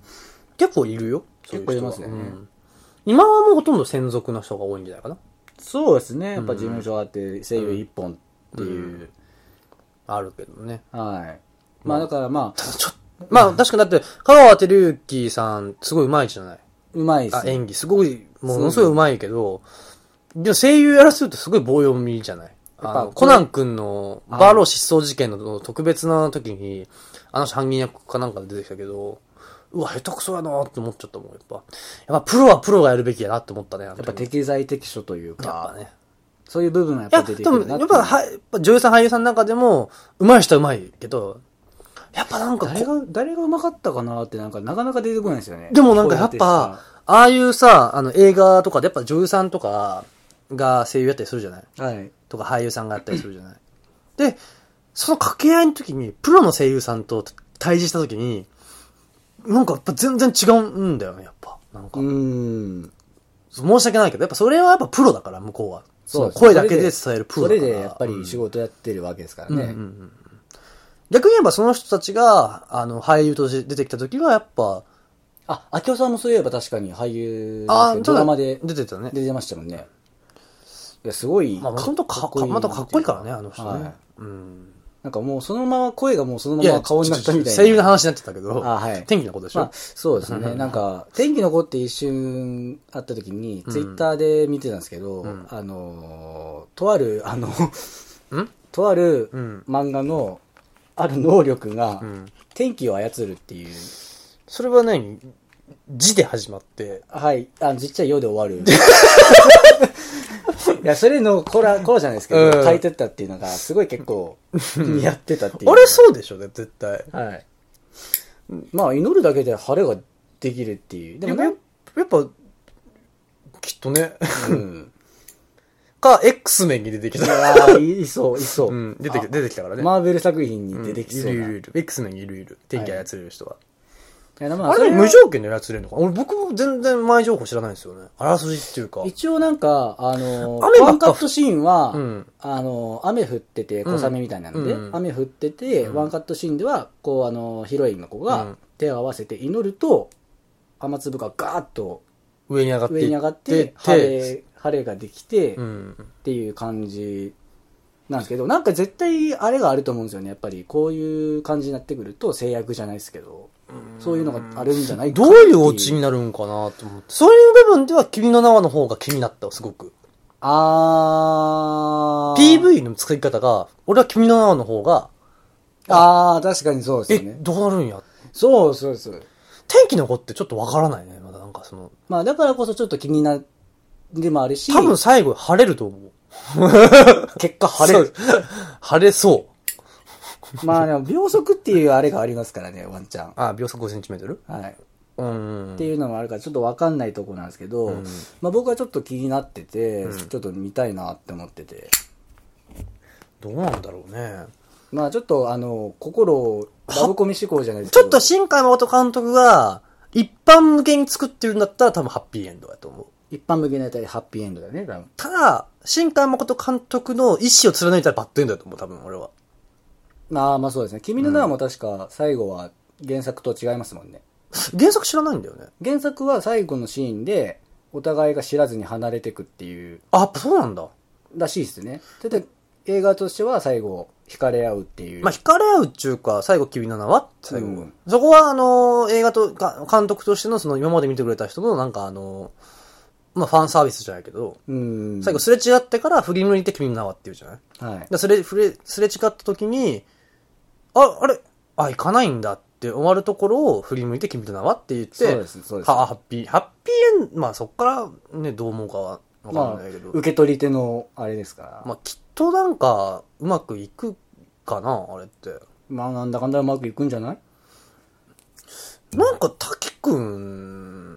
B: 結構いるよ。そうう
A: 結
B: 人
A: 構いますよね
B: うん今はもうほとんど専属の人が多いんじゃないかな。
A: そうですね。やっぱ事務所があって声優一本っていう、
B: あるけどね。
A: はい。まあだからまあ、
B: ちょまあ、確かにだって、香川照之さん、すごいうまいじゃない。
A: うまいっ
B: あ
A: す、ね。
B: 演技、すごい、ものすごいうまいけど、でも声優やらせるとすごい棒読みじゃない
A: やっぱ
B: あの
A: こう
B: コナン君のバーロー失踪事件の特別な時に、あの人犯人役かなんかで出てきたけど、うわ、下手くそやなって思っちゃったもん、やっぱ。やっぱプロはプロがやるべきやなって思ったね、やっ
A: やっぱ適材適所という
B: やっ
A: か
B: ぱ、ね。
A: そういう部分はやっ
B: いや、
A: ぱ出て
B: で
A: く
B: も、
A: るな
B: や
A: ってい
B: っ
A: う
B: ぱ、は、やっぱ女優さん、俳優さんの中でも、上手い人は上手いけど、やっぱなんかこう
A: 誰が、誰がうまかったかなってなんか、なかなか出てこないですよね。
B: でもなんかやっ
A: 声
B: ぱ
A: が、
B: ああいうさ、あの映画とかでやっぱ女優さんとかが声優やったりするじゃない
A: 出てさはい。
B: とか俳優さんがやったりする じゃないで、その掛け合いの時に、プロの声優さんと対峙した時に、なんかやっぱ全然違うんだよね、やっぱ。なんか
A: う、ーん。
B: 申し訳ないけど、やっぱそれはやっぱプロだから、向こうは。その
A: です
B: 声だけで伝えるプロだ
A: それで、それ
B: から。
A: でやっぱり仕
B: うん
A: 事やってるわけですから
B: うんう
A: ね
B: んう。ん逆に言えばその人たちが、あの、俳優として出てきた時はやっぱ、
A: あ、秋夫さんもそういえば確かに俳優、
B: あー
A: ドラマで
B: 出てたね。
A: 出てましたもんね。いや、すごい。
B: まあ、もともとか、
A: っこいいな
B: またかっこいいからね、あの人ね。
A: はい
B: うん。
A: なんかもうそのまま声がもうそのまま顔になったみたいな。
B: 声優の話になってたけど、
A: あはい
B: 天気のことでしょ、
A: まあ、そうです ね。なんか、天気の子って一瞬あった時に、ツイッターで見てたんですけど、
B: ん
A: あのー、とある、あの、
B: ん
A: とある
B: うん
A: 漫画の、ある能力が
B: ん、
A: 天気を操るっていう、
B: それは何字で始まって、
A: はい、あの、ちっちゃい世で終 わる。いや、それのコラ、コラじゃないですけど、
B: うん
A: 書いてったっていうのが、すごい結構、似合ってたっていう。
B: あれそうでしょね、絶対。
A: はい。まあ、祈るだけで晴れができるっていう。で
B: で
A: も
B: もや
A: ね
B: っ、やっぱ、きっとね。
A: うん。
B: か、X 面に出てきた。
A: ああ、いいそう、いそう。
B: うん、出てき
A: あ
B: 出てきたからね。
A: マーベル作品に出てき
B: い
A: そ
B: る
A: う
B: い
A: な。
B: るいる。X 面にいるいる。天気操れる人は。
A: いやま
B: あ
A: あそ
B: れ
A: れ
B: 無条件で操れるのかな俺僕も全然前情報知らないんですよね。あらすじっていうか。
A: 一応なんか、あの
B: 雨
A: ー、
B: ばっか
A: ワンカットシーンは、
B: うん
A: あのー、雨降ってて、小雨みたいなんで、
B: うんうん
A: 雨降ってて、ワンカットシーンでは、こう、あのー、ヒロインの子
B: う
A: が
B: ん
A: 手を合わせて祈ると、雨粒がガーッと
B: 上に上がってい
A: 上
B: って。
A: に上がって、晴れ、晴れができて、
B: う
A: っ
B: ん。
A: ていう感じなんですけど、なんか絶対あれがあると思うんですよね。やっぱり、こういう感じになってくると、制約じゃないですけど、そういうのがあるんじゃないかっ
B: どう
A: て
B: いうオチになるんかなと思って。そういう部分では君の名はの方が気になったわ、すごく。
A: あー。
B: PV の作り方が、俺は君の名はの方が、
A: あー、確かにそうで
B: え、
A: すよね。
B: どうなるんや。
A: そうそうそう。
B: 天気の子ってちょっとわからないね。まだなんかその、
A: まあ、だからこそちょっと気になるでもあるし、
B: 多分最後晴れると思う。
A: 結果晴れる。
B: そう。 晴れそう。
A: まあ、でも秒速っていうあれがありますからね、ワンチャン。
B: あ、秒速5センチメートル
A: はい。
B: うん。
A: っていうのもあるから、ちょっとわかんないとこなんですけど、
B: うん
A: まあ僕はちょっと気になってて、ちょっと見たいなって思ってて。
B: どうなんだろうね。
A: まあちょっと、あの、心を、ラブコミ思考じゃないです
B: ち
A: け
B: ょっ
A: ど。
B: と新海誠監督が、一般向けに作ってるんだったら多分ハッピーエンドだと思う。
A: 一般向けのやつはハッピーエンドだよね、多分。
B: ただ、新海誠監督の意思を貫いたらバッドエンドだと思う、多分俺は。
A: ああ、まあそうですね。君の名はも確か最後は原作と違いますもんね。
B: 原作知らないんだよね。
A: 原作は最後のシーンで、お互いが知らずに離れてくっていう、
B: あ、やっぱそうなんだ。
A: らしいですね。それで映画としては最後、惹かれ合うっていう。
B: まあ、惹かれ合うっちゅうか、最後君の名は最後、
A: うん
B: そこは、あのー映画とか、監督としての、その、今まで見てくれた人の、なんかあのーまあ、ファンサービスじゃないけど、
A: うん。
B: 最後すれ違ってから振り向いて君の名はって言うじゃない
A: はい。
B: で、すれ、ふれ、すれ違った時に、あ、あれあ、行かないんだって終わるところを振り向いて君と名はって言って、
A: そうですそうです
B: はハッピー、ハッピーエンド、まあそっからね、どう思うかはわか
A: ま
B: ん
A: あ
B: ないけど、、ま
A: 受け取り手のあれですから
B: あ、。きっとなんか、うまくいくかな、あれって。
A: まあ、なんだかんだうまくいくんじゃない
B: なんか、滝くん、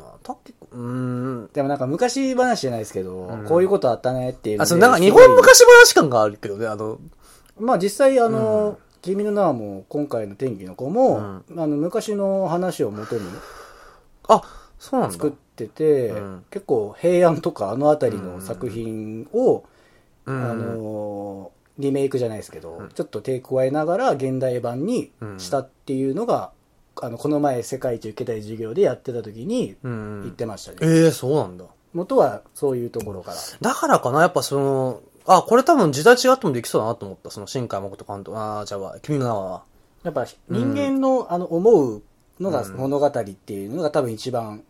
B: あ滝くん、うーん。
A: でもなんか昔話じゃないですけど、
B: うん
A: こういうことあったねっていうので。
B: あ、そう、なんか日
A: す
B: 本
A: ごい
B: 昔話感があるけどね、あの、
A: まあ実際あの、君の名はもう今回の天気の子も、あの昔の話を元に
B: あ、そうなんだ。
A: 作ってて、
B: うん
A: 結構平安とかあの辺りの作品を、
B: うん
A: あのリメイクじゃないですけど、ちょっと手加えながら現代版にしたっていうのが、あのこの前世界一受けたい授業でやってた時に
B: う
A: 言っ
B: ん。
A: てましたね、
B: ええそうなんだ。
A: 元はそういうところから
B: だからかな、やっぱその、あ、これ多分時代違ってもできそうだなと思った、その新海誠監督、あーじゃあ、君の名は。
A: やっぱ人間の,、あの思うのが物語っていうのが多分一番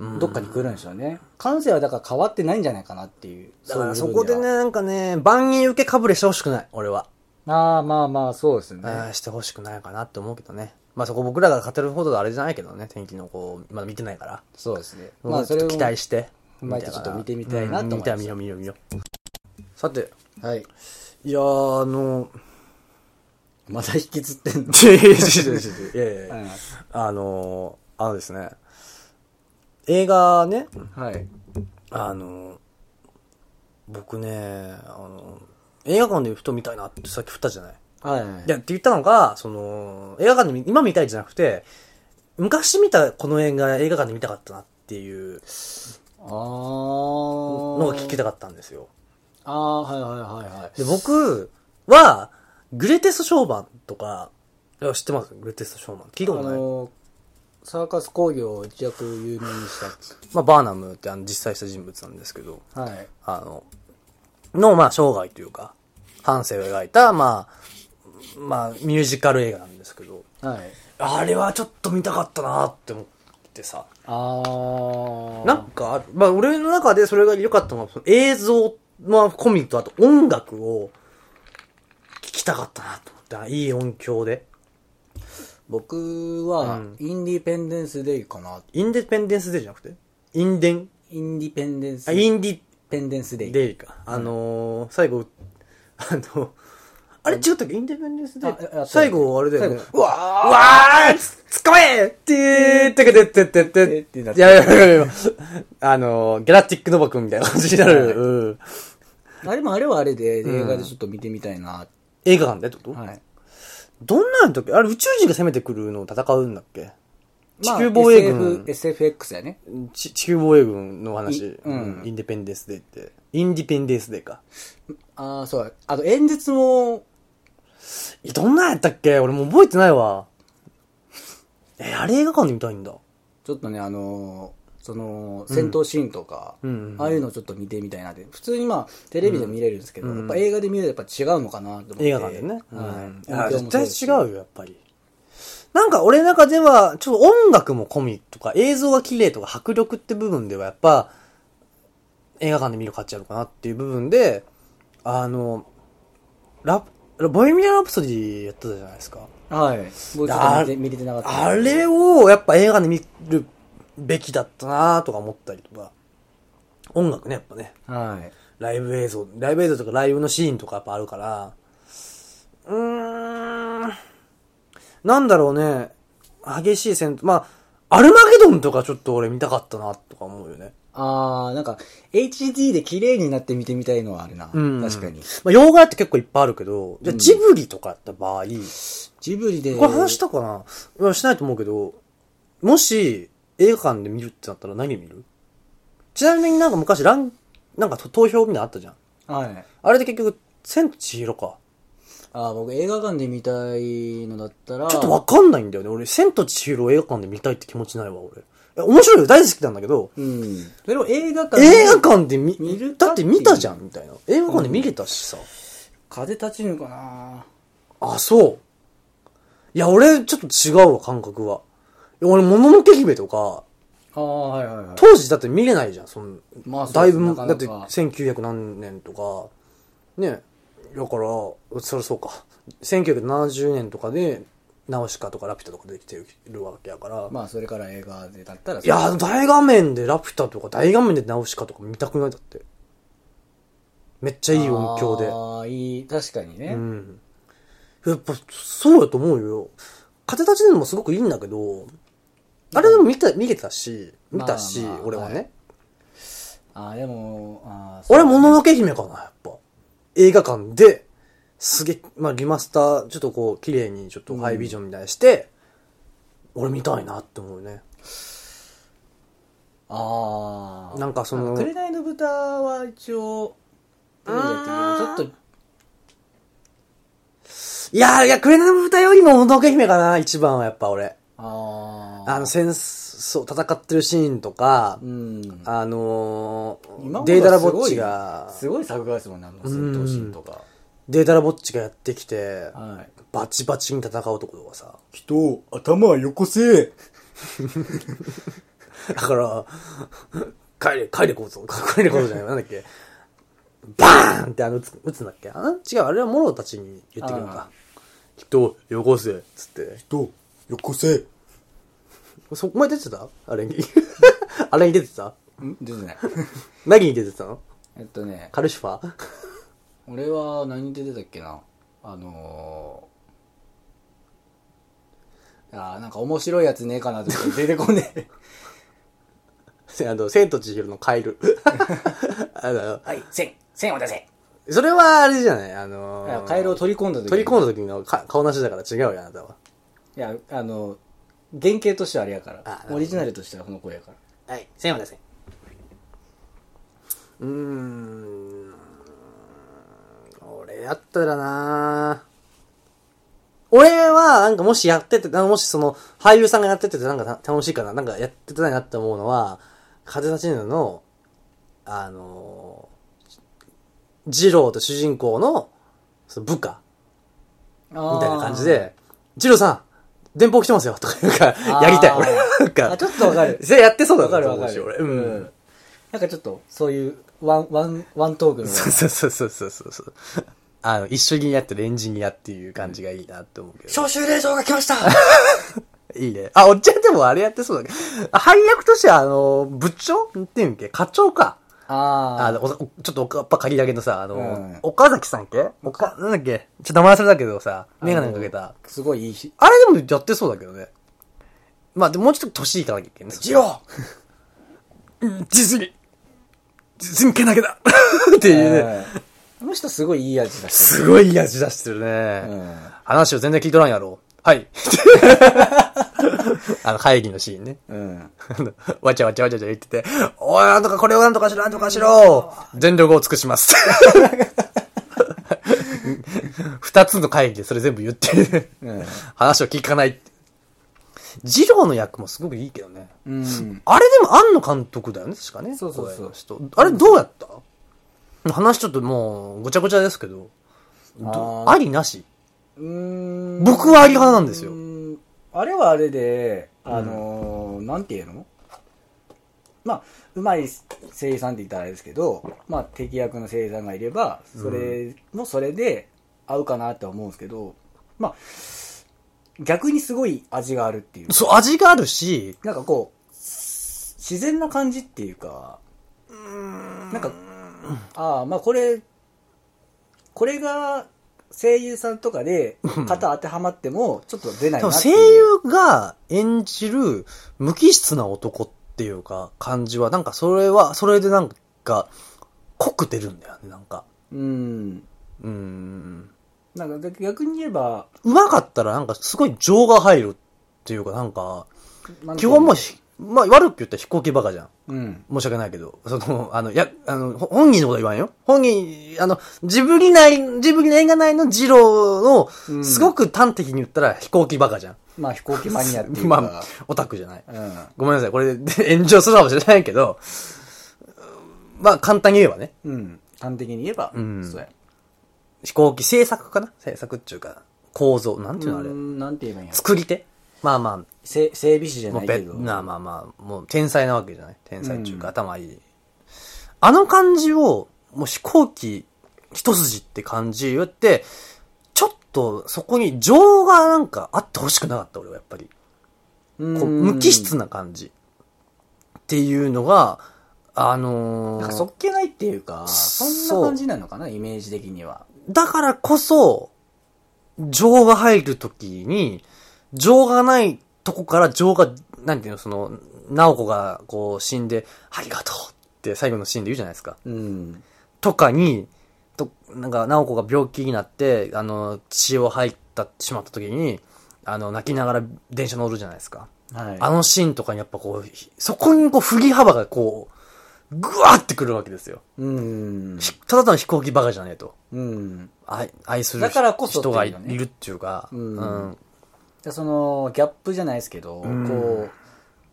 B: うん
A: どっかに来るんでしょうね。感性はだから変わってないんじゃないかなっていう。
B: だから
A: そ
B: そう
A: いう
B: こ
A: 部
B: で
A: 分
B: ね、
A: は。
B: なんかね、万人受けかぶれしてほしくない、俺は。
A: ああ、まあまあ、そうですね。
B: あーしてほしくないかなって思うけどね。まあそこ僕らが語るほどあれじゃないけどね、天気の子、まだ見てないから。
A: そうですね。
B: ま
A: ま
B: あ
A: あ、
B: ち
A: そ
B: ょっ
A: れ
B: と
A: を
B: 期待して。
A: 踏まえてちょっと見てみたいなと思います
B: うん見てみよう見よう見よう。さて、
A: はい。
B: いやー、あの、
A: また引きずってんの。
B: いやいやいやいやいや
A: うん
B: あのー、あのですね、映画ね、
A: はい。
B: あの、僕ね、あの、映画館でふと見たいなってさっき振ったじゃない。
A: はい。
B: いや、って言ったのが、その、映画館で見今見たいじゃなくて、昔見たこの映画、映画館で見たかったなっていう
A: ああ。
B: の
A: の
B: が聞きたかったんですよ。
A: ああ、はいはいはいはい。
B: で、僕は、グレテスト・ショーマンとか、いや知ってますグレテスト・ショーマン。聞いた
A: あ
B: ことない。
A: の、サーカス工業を一躍有名にした。
B: まあ、バーナムってあの実際した人物なんですけど、
A: はい。
B: あの、の、まあ、生涯というか、半生を描いた、まあ、まあ、ミュージカル映画なんですけど、
A: はい。
B: あれはちょっと見たかったなって思ってさ、
A: ああ。
B: なんかある、まあ、俺の中でそれが良かったのは、その映像、まあ、込みと、あと音楽を、聞きたかったなと思ってあ、いい音響で。
A: 僕は
B: うん、
A: インディペンデンスデイかな。
B: インデペンデンスデーじゃなくてインデン、
A: インディペンデンス
B: あ、インディ
A: ペンデンスデイ。
B: デイか。あのー、最後、あの、あれ違ったっけインデペンデンスデイ
A: あああ。
B: 最後、あれだよね
A: 最。
B: うわーうわーつ、つかめてーてけてってってって
A: てなっ
B: い
A: て
B: やいやいやいやあのー、ギャラクティックノバ君みたいな感じにな
A: はい
B: る。うん
A: あれもあれはあれで、
B: ん
A: 映画でちょっと見てみたいな。
B: 映画館でってこと
A: はい。
B: どんなんだっけあれ宇宙人が攻めてくるのを戦うんだっけ
A: まあ
B: 地球防衛軍
A: SF、SFX やね。
B: ち地球防衛軍の話
A: い。うん
B: うんインデペンデンスデーって。インディペンデンスデーか。
A: ああ、そうだ。あと演説も、
B: え、どんなんやったっけ俺もう覚えてないわ。え、あれ映画館で見たいんだ。
A: ちょっとね、あのーその、戦闘シーンとか、
B: うん
A: ああいうのをちょっと見てみたいなって。普通にまあ、テレビでも見れるんですけど、
B: うん
A: やっぱ映画で見るとやっぱ違うのかなと思って。
B: 映画館でね。
A: はい。
B: あ
A: 音響
B: 絶
A: もそう
B: 対
A: ですし
B: 違うよ、やっぱり。なんか俺の中では、ちょっと音楽も込みとか、映像が綺麗とか、迫力って部分ではやっぱ、映画館で見る価値あるかなっていう部分で、あの、ラボイミアン・ラプソディやってたじゃないですか。
A: はい。僕ちょっと見て見れてなかった。
B: あれをやっぱ映画で見るべきだったなとか思ったりとか、音楽ね、やっぱね。
A: はい。
B: ライブ映像、ライブ映像とかライブのシーンとかやっぱあるから、うーん、なんだろうね、激しい戦闘、まあ、アルマゲドンとかちょっと俺見たかったなとか思うよね。
A: ああ、なんか、HD で綺麗になって見てみたいのはあるな。
B: うん
A: 確かに。
B: まあ、洋画って結構いっぱいあるけど、じゃあジブリとかやった場合、
A: ジブリで。
B: これ話したかな、いやしないと思うけど、もし映画館で見るってなったら何見るちなみになんか昔ラン、なんかと投票みたいなのあったじゃん。
A: はい。
B: あれで結局、千と千尋か。
A: あー僕映画館で見たいのだったら。
B: ちょっとわかんないんだよね。俺、千と千尋を映画館で見たいって気持ちないわ、俺。え、面白いよ。大好きなんだけど、
A: うん。それを映画館で
B: 映画館で見、
A: 見るか
B: だって見たじゃん、みたいな。映画館で見れたしさ。
A: 風立ちぬかな
B: あ、そう。いや、俺、ちょっと違うわ、感覚は。いや俺、もののけ姫とか、
A: ああ、はいはいはい。
B: 当時だって見れないじゃん、その、
A: まあそう
B: だいぶ、
A: なかなか
B: だって1900何年とか、ね、だから、そりゃそうか。1970年とかで、ナウシカとかラピュタとかできてるわけやから、
A: まあそれから映画でだったら。
B: いや、大画面でラピュタとか、大画面でナウシカとか見たくないだって。めっちゃいい音響で。
A: ああ、いい、確かにね。
B: うん。やっぱ、そうだと思うよ。風立ちぬもすごくいいんだけど、あれでも見た、見れたし、見たし、
A: まあまあ
B: 俺はね。
A: はいああ、でも、ああ、そう
B: 俺、もののけ姫かな、やっぱ。映画館で、すげえ、まあ、リマスター、ちょっとこう、綺麗に、ちょっとハイビジョンみたいにして、俺見たいなって思うね。
A: ああ。
B: なんかその
A: なんか紅の豚は一応、テレビでやってるけどちょっ
B: いやー、いや、紅の豚よりももののけ姫かな、一番はやっぱ俺。
A: と、ああ。
B: あの、戦争、戦ってるシーンとか
A: う、ん。
B: あの
A: 今
B: ー、
A: も
B: データラボッチが、
A: すごい作画ですもんね、あの戦闘シーンとか。
B: データラボッチがやってきて、
A: はい。
B: バチバチに戦うとことかさ。
A: 人を頭よこせ
B: だから、帰れ、帰れこうぞ。帰れこうぞじゃないわ。なんだっけ。バーンってあの、打つ打つんだっけあ違う、あれはモロたちに言ってくるの
A: あ
B: か。きっと、よこせ。つって。
A: 人をよこせ
B: そ、お前出てたあれに。あれに出てた
A: ん出てない。
B: 何に出てたの
A: えっとね、
B: カルシファー
A: 俺は何で出てたっけなあのー、あーなんか面白いやつねえかなと思って出てこねえ。
B: あの、千と千尋のカエル。 あの、
A: はい、千、千を出せ
B: それはあれじゃないあのー
A: カエルを取り込んだ時
B: 取り込
A: ん
B: んだ時のか顔なしだから違うよ、あなたは。
A: いや、あの、原型としてはあれやか
B: あなる
A: ら
B: ほ。ど
A: オリジナルとしてはこの声やから。
B: はい、千万出せ。うーん。俺やったらな俺は、なんかもしやってて、なんかもしその、俳優さんがやってて、なんかた楽しいかな、なんかやってたいなって思うのは、風立ちぬの、あのー、ジローと主人公の、その部下、みたいな感じで、ジローさん、電報来てますよ、とか言うから、やりたい、
A: あー
B: 俺。なん
A: あー。あ、
B: か
A: ち、ょっとわかる。
B: それやって そうだ
A: わかる
B: なと
A: わ
B: 思
A: か
B: うし、
A: る。
B: 俺。
A: うん。なんかちょっと、そういう、ワン、ワン、ワントークの。
B: そうそうそうそうそうそう。あの、一緒にやってるエンジニアっていう感じがいいなって思うけど。
A: 招集令状が来ま した
B: いいね。あ、おっちゃんでもあれやってそうだけど。あ配役としては、あの、部長っていうんけ課長か。あ
A: あ
B: の、おちょっとおかっぱ借りだけのさ、あの、
A: うん
B: 岡崎さんけおか、なんだっけちょっと名前忘れたけどさ、メガネかけた。あ
A: あ。すごいいいし。
B: れでもやってそうだけどね。まあ、でももうちょっと年いかなきゃいけない。
A: ジロー
B: 実に、実にけなげだ っていうね。
A: この人すごいいい味だし。
B: すごいいい味出してるね。
A: うん。
B: 話を全然聞いとらんやろ。はい。 あの、会議のシーンね。
A: うん。
B: あのわちゃわちゃわちゃわちゃ言ってて、おい、なんとかこれをなんとかしろ、なんとかしろ全力を尽くします。 二つの会議でそれ全部言ってる。
A: うん
B: 話を聞かない。ジローの役もすごくいいけどね。
A: うん。
B: あれでも、庵野監督だよね、確かね。
A: そうそうそう
B: 声の人あれどうやった話ちょっともう、ごちゃごちゃですけど。ど
A: あ
B: ありなし
A: うーん
B: 僕はあり派なんですよ
A: うーんあれはあれで、あのーなんていうのまあ、うまい声優さんって言ったらあれですけど、まあ、敵役の声優さんがいれば、それもそれで合うかなとは思うんですけど、まあ、逆にすごい味があるっていう。
B: そう、味があるし、
A: なんかこう、自然な感じっていうか、なんか、ああ、まあこれ、これが声優さんとかで型当てはまっても、ちょっと出ない
B: 多
A: な
B: 分
A: って
B: 声
A: いう。
B: 優が演じる無機質な男っていうか感じは、なんかそれは、それでなんか濃く出るんだよね、なんか。
A: うん。
B: うーん。
A: なんか逆に言えば、
B: うまかったらなんかすごい情が入るっていうか、なんか、
A: なんて
B: 基
A: いうの
B: 本もうひ、まあ悪く言ったら飛行機バカじゃん。
A: うん。
B: 申し訳ないけど、その、あの、いや、あの、ほ本人のことは言わんよ。本人、あの、ジブリ内、ジブリの映画内のジローの、すごく端的に言ったら飛行機バカじゃん。
A: まあ飛行機マニアっていう
B: まあ
A: か、、
B: オタクじゃない。
A: うん。
B: ごめんなさい、これで 炎上するかもしれないけど、まあ簡単に言えばね、
A: うん。端的に言えば、
B: ん
A: そうや。
B: 飛行機制作かな制作っていうか、構造、なんていうのあれ。
A: うんなんて言えばいいんやろ。
B: 作り手まあま
A: せ整備士じ
B: あ、
A: ゃ
B: も
A: な
B: う
A: い
B: べ
A: けど。
B: なあまあまあ、もう天才なわけじゃない天才っていうか、頭いい。あの感じを、もう飛行機一筋って感じ言って、ちょっとそこに情がなんかあってほしくなかった俺はやっぱり。こう無機質
A: な。
B: な感じっていうのが、あのー
A: なんかそっけないっていうか、そんな感じなのかな、イメージ的には。
B: だからこそ、情が入るときに、情がないとこから情が、なんていうの、その、ナオコがこう死んで、ありがとうって最後のシーンで言うじゃないですか。
A: うん。
B: とかに、と、なんか、ナオコが病気になって、あの、血を吐いた、しまったときに、あの、泣きながら電車乗るじゃないですか。
A: はい。
B: あのシーンとかにやっぱこう、ひそこにこう、振り幅がこう、ぐわーってくるわけですよ。
A: うん。
B: ひただの飛行機バカじゃねえと。
A: うん。
B: 愛愛する
A: だからこそ
B: 人がい
A: っていうのね
B: るっていうか、
A: うん
B: うん
A: でその、ギャップじゃないですけど、
B: ん
A: こう、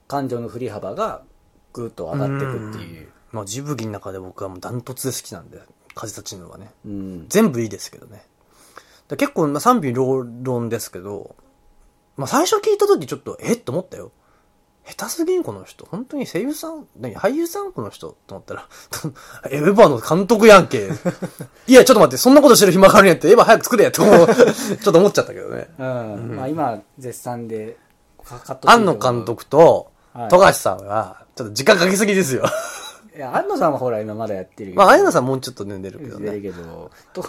A: 感情の振り幅がぐっと上がっていくっていう。
B: まあ、ジブリの中で僕はもうダントツで好きなんで、風立ちぬはね。
A: うん。
B: 全部いいですけどね。だ結構、まあ、賛否両論ですけど、まあ、最初聞いた時ちょっと、えっと思ったよ。下手すぎんこの人。本当に声優さん、何俳優さんこの人と思ったら、 エヴァの監督やんけ。いや、ちょっと待って、そんなことしてる暇があるんやって、エヴァ早く作れやと、 ちょっと思っちゃったけどね。
A: うん。まあ今、絶賛で、かかっと
B: 庵野監。督と
A: はい、
B: 富樫さんは、ちょっと時間かけす ぎですよ。
A: いや、安野さんはほら今まだやってるけど。
B: まあ、あやなさんもうちょっとね出るけど
A: 出てるけ
B: ね。
A: ど。と、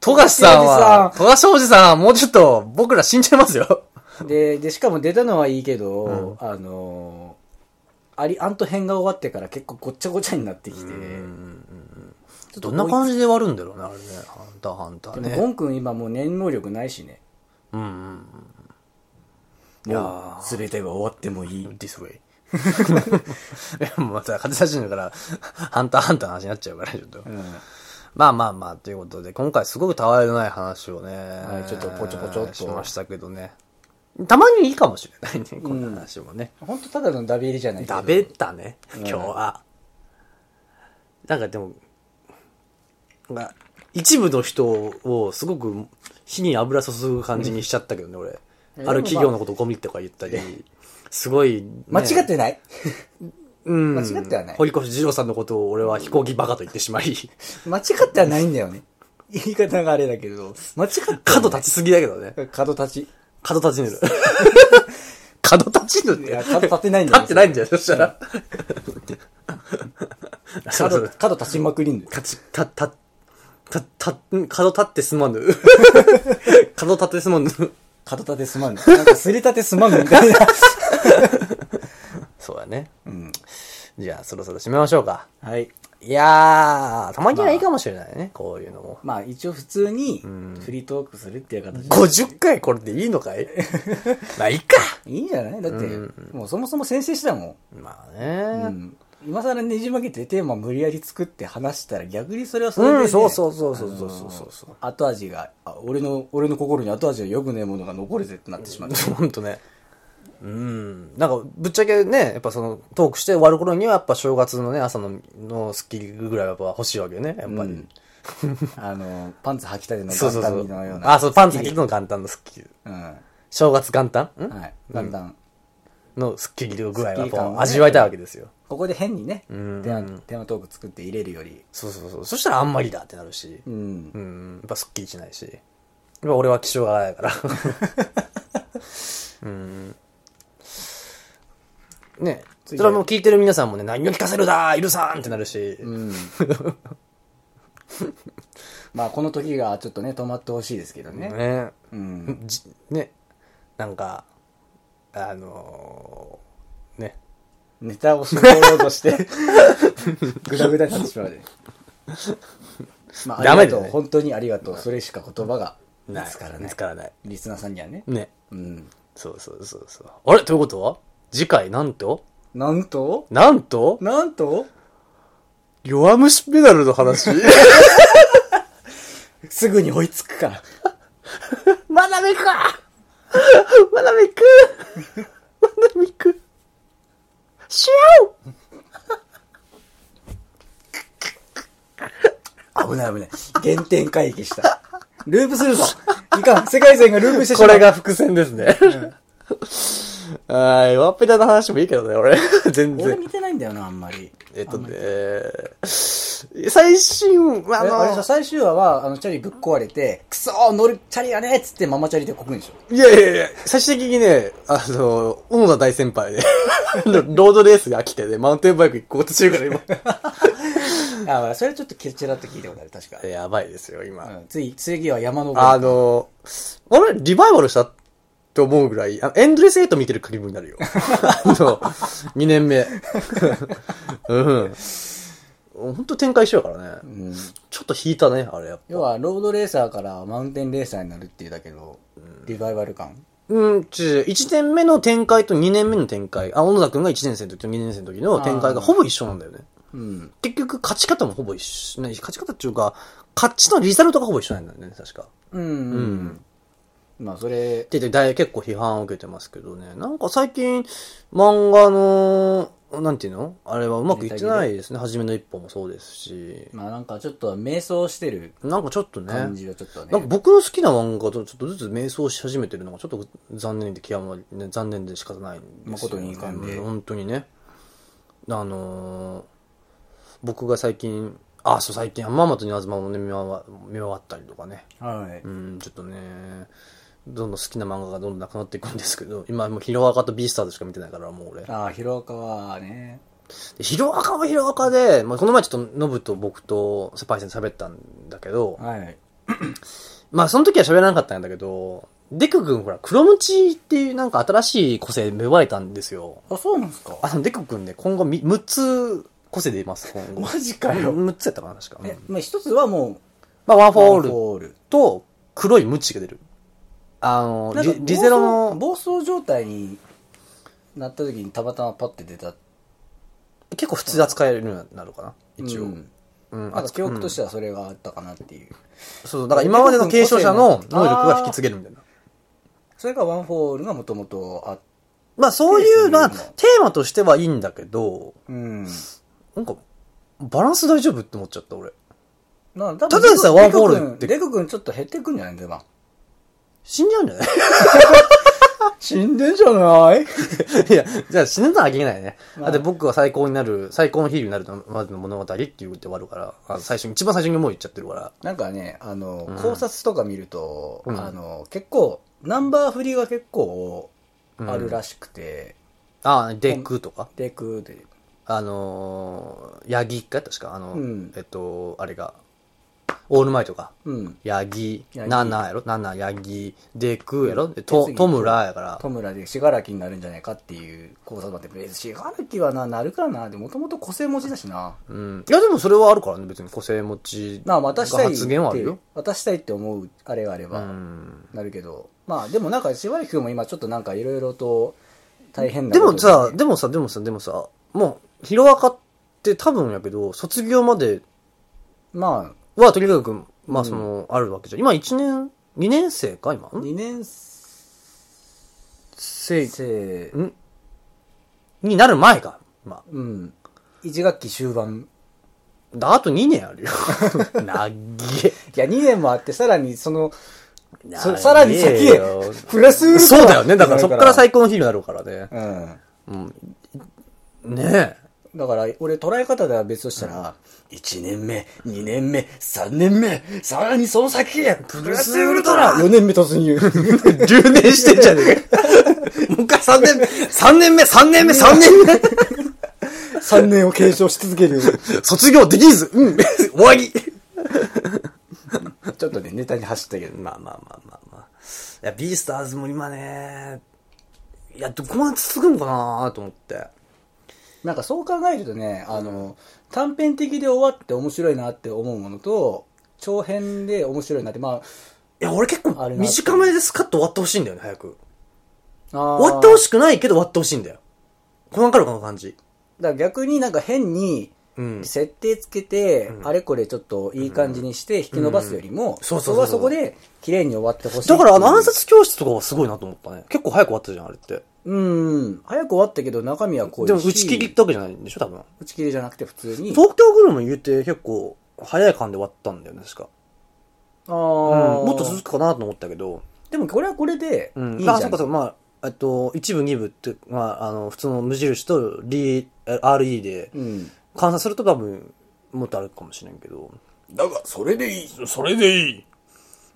B: 富樫さんは、富樫おじさんはもうちょっと僕ら死んじゃい ますよ。
A: で、で、しかも出たのはいいけど、あのー、アリアント編が終わってから結構ごっちゃごちゃになってきて、ちょっと
B: どんな感じで割るんだろうね、あれね。ハンターハンター
A: でもゴ
B: ね。
A: ン君今もう念能力ないしね。
B: うんうん。いや
A: もう、全てが終わってもいい。
B: This way. いや、もうまた風立ちぬから、 ハンターハンターの話になっちゃうから、ちょっと。
A: うん。
B: まあまあまあ、ということで、今回すごくたわいのない話をね、
A: いちょっとぽちょぽちょっと
B: しましたけどね。たまにいいかもしれないね、こんな話もね。
A: 本当ただのダビエリじゃないけど
B: ダベったね、今日は。なんかでも、まあ一部の人をすごく火に油注ぐ感じにしちゃったけどね、俺。
A: うん
B: ある企業のことゴミとか言ったり、すごいね、
A: 間違ってない。
B: うん、
A: 間違ってはない
B: 堀越二郎さんのことを俺は飛行機バカと言ってしまい、
A: 間違ってはないんだよね。言い方があれだけど、間違ってはない。
B: 角立ちすぎだけどね。
A: 角立ち。
B: 角立ち ぬる。角立ちぬるっ
A: いや、
B: て。
A: 角立てないんだ
B: 立
A: よ。
B: ってないんだよ、そしたら。そうそう
A: 角、角立ちまくりんだよ。
B: たち、た、た、た、た、ん角立ってすまぬ。 角立ってすまぬ。
A: 角立てすまんね。なんかすり立てすまんねみた いな。
B: そうだね。
A: うん。
B: じゃあ、そろそろ締めましょうか。
A: はい。
B: いやー、たまにはいいかもしれないね、こういうのも。
A: まあ一応普通にフリートークするっていう形で
B: 50回これでいいのか いまあ、いいか。
A: いいんじゃないだって、もうそもそも先生したも
B: まあ
A: ん。う
B: ね。
A: ん。今更ねじ曲げてテーマ無理やり作って話したら逆にそれはそれで、
B: う
A: ね。
B: ん、そうそうそうそうそうそうそうそう。
A: 後味が、あ俺の、俺の心に後味が良くねえものが残るぜってなってしまう。
B: ほんとね。うん。なんか、ぶっちゃけね、やっぱその、トークして終わる頃には、やっぱ正月のね、朝の、のスッキリぐらいはやっぱ欲しいわけよね、やっぱり。
A: うん あの、パンツ履きたての
B: そうそう
A: ガン
B: そ
A: ダムのよう
B: う。
A: な。
B: あ、そう、パンツ履いてるの元旦のスッキリ。
A: うん。は
B: 正月元旦ん
A: い。だんだん。
B: のスッキリ具合は
A: スッキ
B: やっ
A: リ感を
B: ぱ
A: ね
B: 味わいたいわけですよ。
A: ここで変にね、テ
B: ん
A: ーマテーマトーク作って入れるより。
B: そうそうそう。そしたらあんまりだってなるし。
A: う
B: うん。
A: ん。
B: やっぱスッキリしないし。やっぱ俺は気性が荒いから。うん。ねそれはもう聞いてる皆さんもね、何を聞かせるだー許さんってなるし。
A: うん。まあ、この時がちょっとね、止まってほしいですけどね。
B: ね
A: うん。
B: じね。なんか、あのー、ね。
A: ネタを絞ろうと して、ぐだぐだになってしまうで。まあ、
B: ダ
A: あ
B: メ
A: り
B: だ
A: が
B: よね
A: とう、本当にありがとう。それしか言葉が
B: ない
A: ですからね
B: 見つ。からない。
A: リスナーさんにはね。
B: ね。
A: うん。
B: そうそうそうそう。あれということは次回なんと
A: なんと
B: なんと
A: なんと
B: 弱虫ペダルの 話
A: すぐに追いつくから。
B: まなみくまなみくまなみくしよう
A: 危ない危ない。原点回帰した。ループするぞ。いかん。世界線がループしてしま
B: こ
A: う。
B: れが伏線ですね。あー弱っぺだの話もいいけどね、俺。 全
A: 俺
B: 然。
A: 見てないんだよな、あんまり。
B: えっとね、最新、あ
A: あの、
B: の、
A: 最終話は、あの、チャリぶっ壊れて、くそー乗るチャリやねっつってママチャリでこくんでしょ。
B: いやいやいや、最終的にね、あの、小野田大先輩で、 ロードレースが飽きてね、マウンテンバイク行こうとしてる から
A: あ、まあそれはちょっとケチラって聞いたことある、確か。
B: 今。やばいですよ、今。
A: うん、次、次は山登り。
B: あの、あれリバイバルしたって思うぐらい、あエンドレスエイト見てるクリームになるよ。 あの、2年目。 うん。本当展開しようからね。
A: うん、
B: ちょっと引いたね、あれやっぱ。
A: 要は、ロードレーサーからマウンテンレーサーになるっていうだけど、リバイバル感。
B: うん、ち、1年目の展開と2年目の展開。あ、小野田くんが1年生の時と2年生の時の展開がほぼ一緒なんだよね。
A: うん。
B: 結局、勝ち方もほぼ一緒。ね勝ち方っていうか、勝ちのリザルトがほぼ一緒なんだよね、確か。
A: うん。
B: ん
A: まあ、それ
B: っ、て言って大結構批判を受けてますけどね。なんか最近、漫画の、なんていうのあれはうまくいってないですね。初めの一歩もそうですし。
A: まあなんかちょっと迷走してる
B: なんかちょっとね。
A: 感じはちょっとね。
B: なんか僕の好きな漫画とちょっとずつ迷走し始めてるのがちょっと残念で極まり、ね、残念で仕方ないんです
A: 誠
B: よ、ね。
A: に遺憾で
B: うん本当にね。あのー僕が最近、あ、そう、最近、ママとニワズマもね、見終わ見終わったりとかね。
A: はい。
B: うん、ちょっとね、どんどん好きな漫画がどんどんなくなっていくんですけど、今もうヒロアカとビースターズしか見てないから、もう俺。
A: ああ、ヒロアカはね。
B: でヒロアカはヒロアカで、まあ、この前ちょっとノブと僕とスパイセン喋ったんだけど、
A: はい。
B: まあその時は喋らなかったんだけど、デク君ほら、黒ムチっていうなんか新しい個性芽生えたんですよ。
A: あ、そうなんですか
B: あの、デク君ね、今後み6つ個性出ます、今後。
A: マジかよ。
B: 6つやったかな、確か。う
A: え
B: ん、
A: まあ一つはも
B: まあ、ワン
A: う、
B: フォール
A: ホール。
B: と黒いムチが出る。あの、
A: なんか
B: リリゼロの、
A: 暴走暴走状態になった時にたまたまパッて出た。
B: 結構普通で扱えるようになるかな、一
A: う
B: 応。うんん。。
A: なんか記憶としててはそれがあったかなっていう。
B: うんそうそう、だから今までの継承者の能力が引き継げるみたいな。
A: それがワンフォールがもともとあっ
B: まあそういうのは、
A: テーマ
B: テーマとしてはいいんだけど、
A: うん。
B: なんか、バランス大丈夫って思っちゃった、俺。
A: なた
B: ただでさえワンフォールって
A: デク君ちょっと減ってくんじゃないんだよ、今。
B: 死んじゃうんじゃない
A: 死んでんじゃない
B: いや、じゃあ死ぬのはありえないね。
A: まあ
B: だって僕は最高になる、最高のヒールになるまでの物語っていうって終わるから、あの最初に、一番最初にもう言っちゃってるから。
A: なんかね、あの、考察とか見ると、
B: うん
A: あの、結構、ナンバー振りが結構
B: うん
A: あるらしくて、
B: ああ、デクとか。
A: デクで、
B: あのー、ヤギか確か、あの、
A: うん
B: えっと、あれが、オールマイトか。
A: うん。
B: ヤギ、
A: ヤギ
B: ナナやろナナ、ヤギ、デクやろで
A: で
B: ト
A: 次
B: トムラやから。
A: トムラで、シガラキになるんじゃないかっていう考察もあって、えシガラキはな、なるかなで、もともと個性持ちだしな。
B: うん。いやでもそれはあるからね、別に個性持ち。
A: なあ、渡したいって。
B: 発言はあるよ。
A: 渡したいって思う、あれがあれ
B: う
A: ば、
B: ん。
A: なるけど。まあ、でもなんか、シガラキ君も今ちょっとなんかいろいろと大変な
B: で
A: こと
B: もさ、でもさ、でもさ、でもさ、もう、ヒロアカって多分やけど、卒業まで
A: ま
B: はとにかく、まあその、あるわけじゃん。今1年、2年生か今
A: あ、
B: ん
A: 2年
B: 生、
A: 生、
B: んになる前か。まあ。
A: うん。1学期終盤。
B: だあと2年あ るよ。なっげ
A: いや、2年もあって、さらにその、
B: え。
A: そさらに先へ
B: なっげえよ、
A: プラス
B: そうだよ ね。だからそっから最高の日になるからね。
A: うん。
B: うん。ね
A: だから、俺、捉え方では別としたら、1年目、2年目、3年目、さらにその先へ、プラスウルトラ !4 年目突 入。
B: え。10年してんじゃね えか。もう一回3年目、3年目、3年目、3年
A: 3年を継承し続ける。
B: 目。卒業できず。うん。終わ り。
A: ちょっとね、ネタに走ったけど。
B: まあまあまあまあまあ。いや、ビースターズも今ね、いや、どこまで続くのかなと思って。
A: なんかそう考えるとね、あの、短編的で終わって面白いなって思うものと、長編で面白いなって、ま
B: いや、俺結
A: あ
B: 構
A: れな
B: 短めでスカッと終わってほしいんだよね、早く。
A: あ、あー
B: 終わってほしくないけど終わってほしいんだよ。細かるこの感じ。
A: だから逆になんか変に、
B: うん。
A: 設定つけて、
B: うん
A: あれこれちょっといい感じにして引き伸ばすよりも、
B: そう
A: そ
B: そうそう
A: こはそこで綺麗に終わってほしい。
B: だから、あの、暗殺教室とかはすごいなと思ったね。結構早く終わったじゃん、あれって。
A: うん、早く終わったけど中身はこう
B: でも、打ち切りっ。てわけじゃないんでしょ、多分。
A: 打ち切りじゃなくて普通に。
B: 東京グルメ言うて結構、早い感で終わったんだよね、確か。
A: ああ、
B: うん。もっと続くかなと思ったけど。
A: でもこれはこれで、いいじ
B: あ
A: ゃん。
B: そっかそっか、まあ、えっと、一部、二部って、まあ、あの、普通の無印と D、え RE で、
A: うん。
B: 換算すると多分、もっとあるかもしれんけど。
A: だが、それでいい。
B: それでいい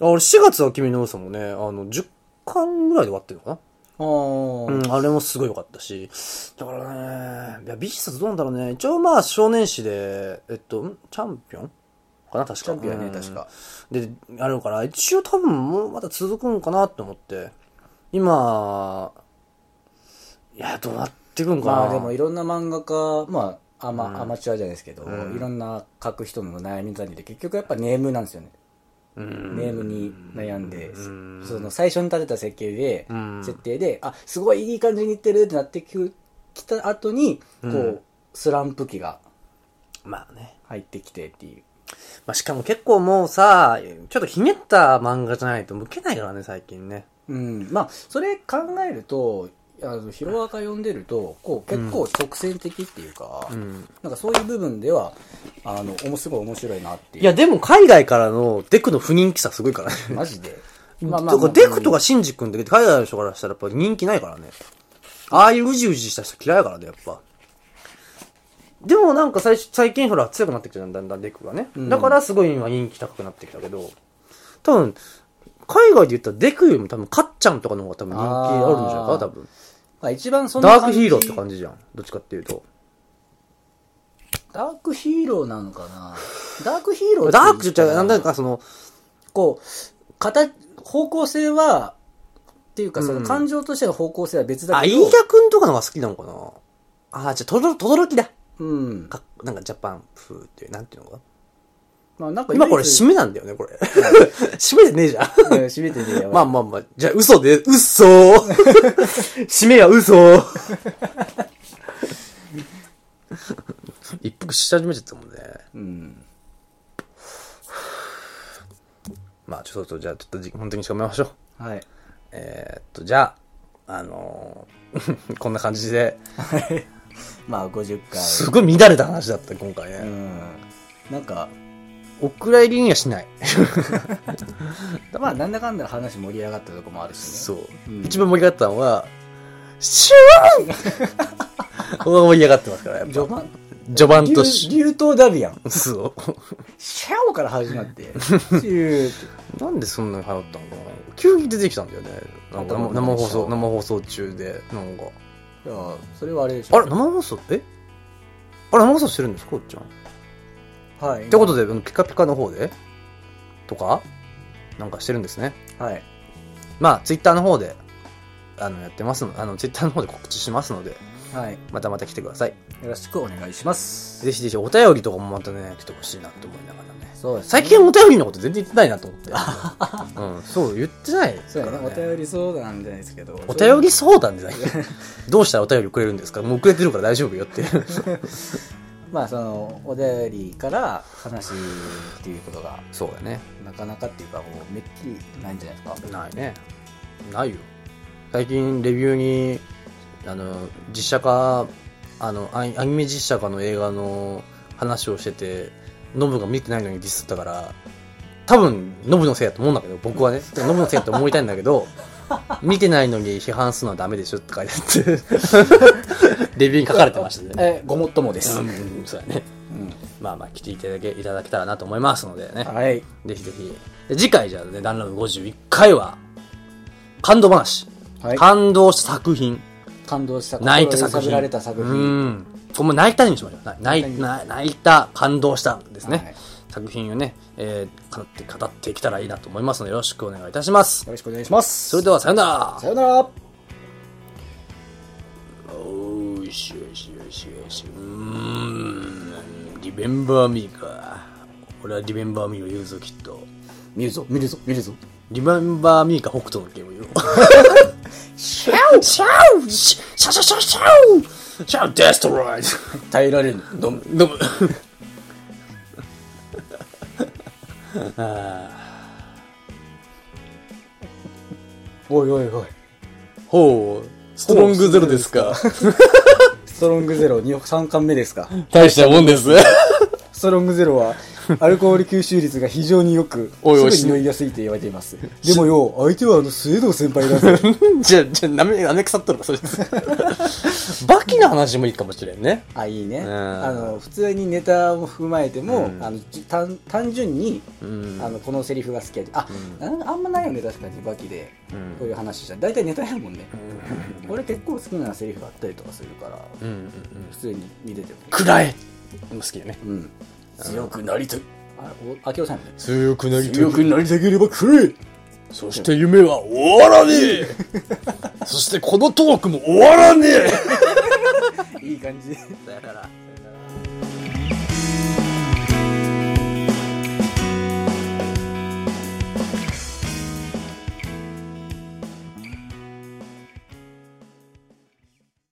B: あ俺、4月は君の嘘もね、あの、10巻ぐらいで終わってるのかな
A: ああ、
B: うん、あれもすごい良かったし。だからね、いや、ビジネスどうなんだろうね。一応まあ、少年誌で、えっと、んチャンピオンかな確か。
A: チャンピオンや
B: う
A: ね、
B: ん
A: 確か。
B: で、あるから、一応多分もうまた続くんかなって思って。今、いや、どうなってくんかな。
A: まあでもいろんな漫画家、まあ、アマ,、
B: うん
A: アマチュアじゃないですけど、
B: うん
A: いろんな書く人の悩みだりで、結局やっぱネームなんですよね。
B: うん
A: ネームに悩んで、
B: うん
A: その最初に立てた設計で、
B: うん
A: 設定で、あ、すごいいい感じにいってるってなってききた後に、こう、
B: うん
A: スランプ期が
B: まあね。
A: 入ってきてっていう。
B: まあ、しかも結構もうさ、ちょっとひねった漫画じゃないと向けないからね、最近ね。
A: うん。まあ、それ考えると、あの、ヒロアカ読んでると、こう、結構直線的っていうか、
B: うん。
A: なんかそういう部分では、あの、おもすごい面白いなっていう。
B: いや、でも海外からのデクの不人気さすごいからね。
A: マジで。
B: だからデクとかシンジ君って海外の人からしたらやっぱ人気ないからね。ああいううじうじした人嫌いだからね、やっぱ。でもなんか最初最近ほら強くなってきたじゃん、だんだんデクがね。
A: うん
B: だからすごい今人気高くなってきたけど、多分、海外で言ったらデクよりも多分カッちゃんとかの方が多分人気あるんじゃないか
A: あー
B: な、多分。
A: まあ一番そんな
B: ダー
A: 感
B: ク
A: じ
B: ヒーローって感じじゃん。どっちかっていうと。
A: ダークヒーローなのかなダークヒーローって
B: ダークじゃ、
A: 言
B: な
A: っ
B: ん
A: たら
B: だかその、
A: こう、形、方向性は、っていうか、その
B: うん
A: 感情としての方向性は別だ
B: あ、
A: け
B: イ
A: ど。
B: ーヤ君とかの方が好きなのかなあー、じゃあ、とど、とどろきだ。
A: うん。
B: かなんかジャパン風っていう、なんていうのかな
A: まあなんか
B: 今これ
A: し
B: 締めなんだよね、これ。締めでねえじゃん。
A: め、うん締めてねえよ。
B: まあまあまあ。じゃあ嘘で、 嘘締めは嘘 一服し始めちゃったもんね。
A: うん。
B: まあちょっと、じゃあちょっと時本当にしめましょう。
A: はい。
B: えー、っと、じゃあ、あのー こんな感じで、
A: まあ50回。
B: すごい乱れた話だった、今回
A: う
B: ね。
A: ん。なんか、
B: お蔵入りにはしない。
A: まあなんだかんだ話盛り上がったとこもあるしね。
B: そう。
A: うん
B: 一番盛り上がったの は、シューン ここが盛り上がってますから、やっぱ
A: 序。盤、
B: 序盤
A: 竜
B: とし、
A: 竜頭ダビアン。
B: そう。
A: シャオから始まって。シューって。
B: なんでそんなに流行ったのかな急に出てきたんだよね。なんか生生放送、生放送中で、なんか。
A: いや、それはあれでしょ。
B: あれ、生放送えあれ、生放送してるんですか、こっちゃん。っ
A: はい。
B: てことで、あのピカピカの方でとかなんかしてるんですね。
A: はい。
B: まあ、ツイッターの方で、あの、やってますのあの、ツイッターの方で告知しますので、
A: はい。
B: またまた来てください。
A: よろしくお願いします。
B: ぜひぜひお便りとかもまたね、来てほしいなって思いながらね。
A: そうですね
B: 最近お便りのこと全然言ってないなと 思って。うん、そう、言ってないから、ね。
A: そうやね、お便り相談じゃないですけど。
B: お便り相談じゃないどうしたらお便りくれるんですかもうくれてるから大丈夫よって。
A: まあその、お便りから話っていうことが、
B: そうだね。
A: なかなかっていうか、もうめっきりないんじゃないですか。
B: ないね。ないよ。最近レビューに、あの、実写化、あの、アニアニメ実写化の映画の話をしてて、ノブが見てないのにディスったから、多分、ノブのせいだと思うんだけど、僕はね。ノブのせいだと思いたいんだけ ど、見てないのに批判するのはダメでしょって書いてあ って、レビューに書かれてましたね。
A: えー、ごもっともです。
B: う
A: うん
B: ん、うんそうだね。まあまあ来ていただけ、いただけたらなと思いますのでね。
A: はい。
B: ぜひぜひ。で次回じゃあね、ダンラム51回は、感動話。
A: はい。
B: 感動した作品。
A: 感動した。
B: 泣いた作
A: 心を揺さぶら
B: 品。
A: れた作
B: う
A: 品。
B: ん。これもう泣いたにしましょう。な泣いな泣いた、感動したですね。
A: はい
B: 作品をね、えー、語って、語っていけたらいいなと思いますので、よろしくお願いいたします。
A: よろしくお願いします。
B: それでは、さよなら
A: さよなら。
B: おーしよしよしよしうーんリベンバーミーか俺はリベンバーミーを言うぞきっと
A: 見るぞ、見るぞ、見るぞ。
B: リベンバーミーか北斗のゲームを言うシャウシャウシャシャシャシャウシャウデストロイ
A: 耐えられるのむ
B: ドあ
A: おいおいおい
B: ーほう、ストロングゼロですか。
A: ストロングゼロ2 3巻目ですか
B: 大したもんです。
A: ストロングゼロ はアルコール吸収率が非常によく
B: おいおい
A: すぐに酔いやすいと言われていますでもよ相手はあの末藤先輩だぜ
B: じゃあ、じゃあ、なめ、なめ腐っとるわ、それ。バキの話もいいかもしれんね。
A: あいいね
B: うん
A: あの普通にネタも踏まえても、
B: うん
A: あのじ単単純に
B: うん
A: あのこのセリフが好きやであ、なんあんまないよね確かにバキで
B: うん
A: こういう話したら大体ネタやもんね、俺結構好きなセリフがあったりとかするから
B: うんうんうん。
A: 普通に見てても
B: くらえも好きだね。
A: うん強くなりたいあお明夫さんやね
B: 強くなりたい
A: 強。くなりたければくれ
B: そして夢は終わらねえそしてこのトークも終わらねえ
A: いい感じ
B: だから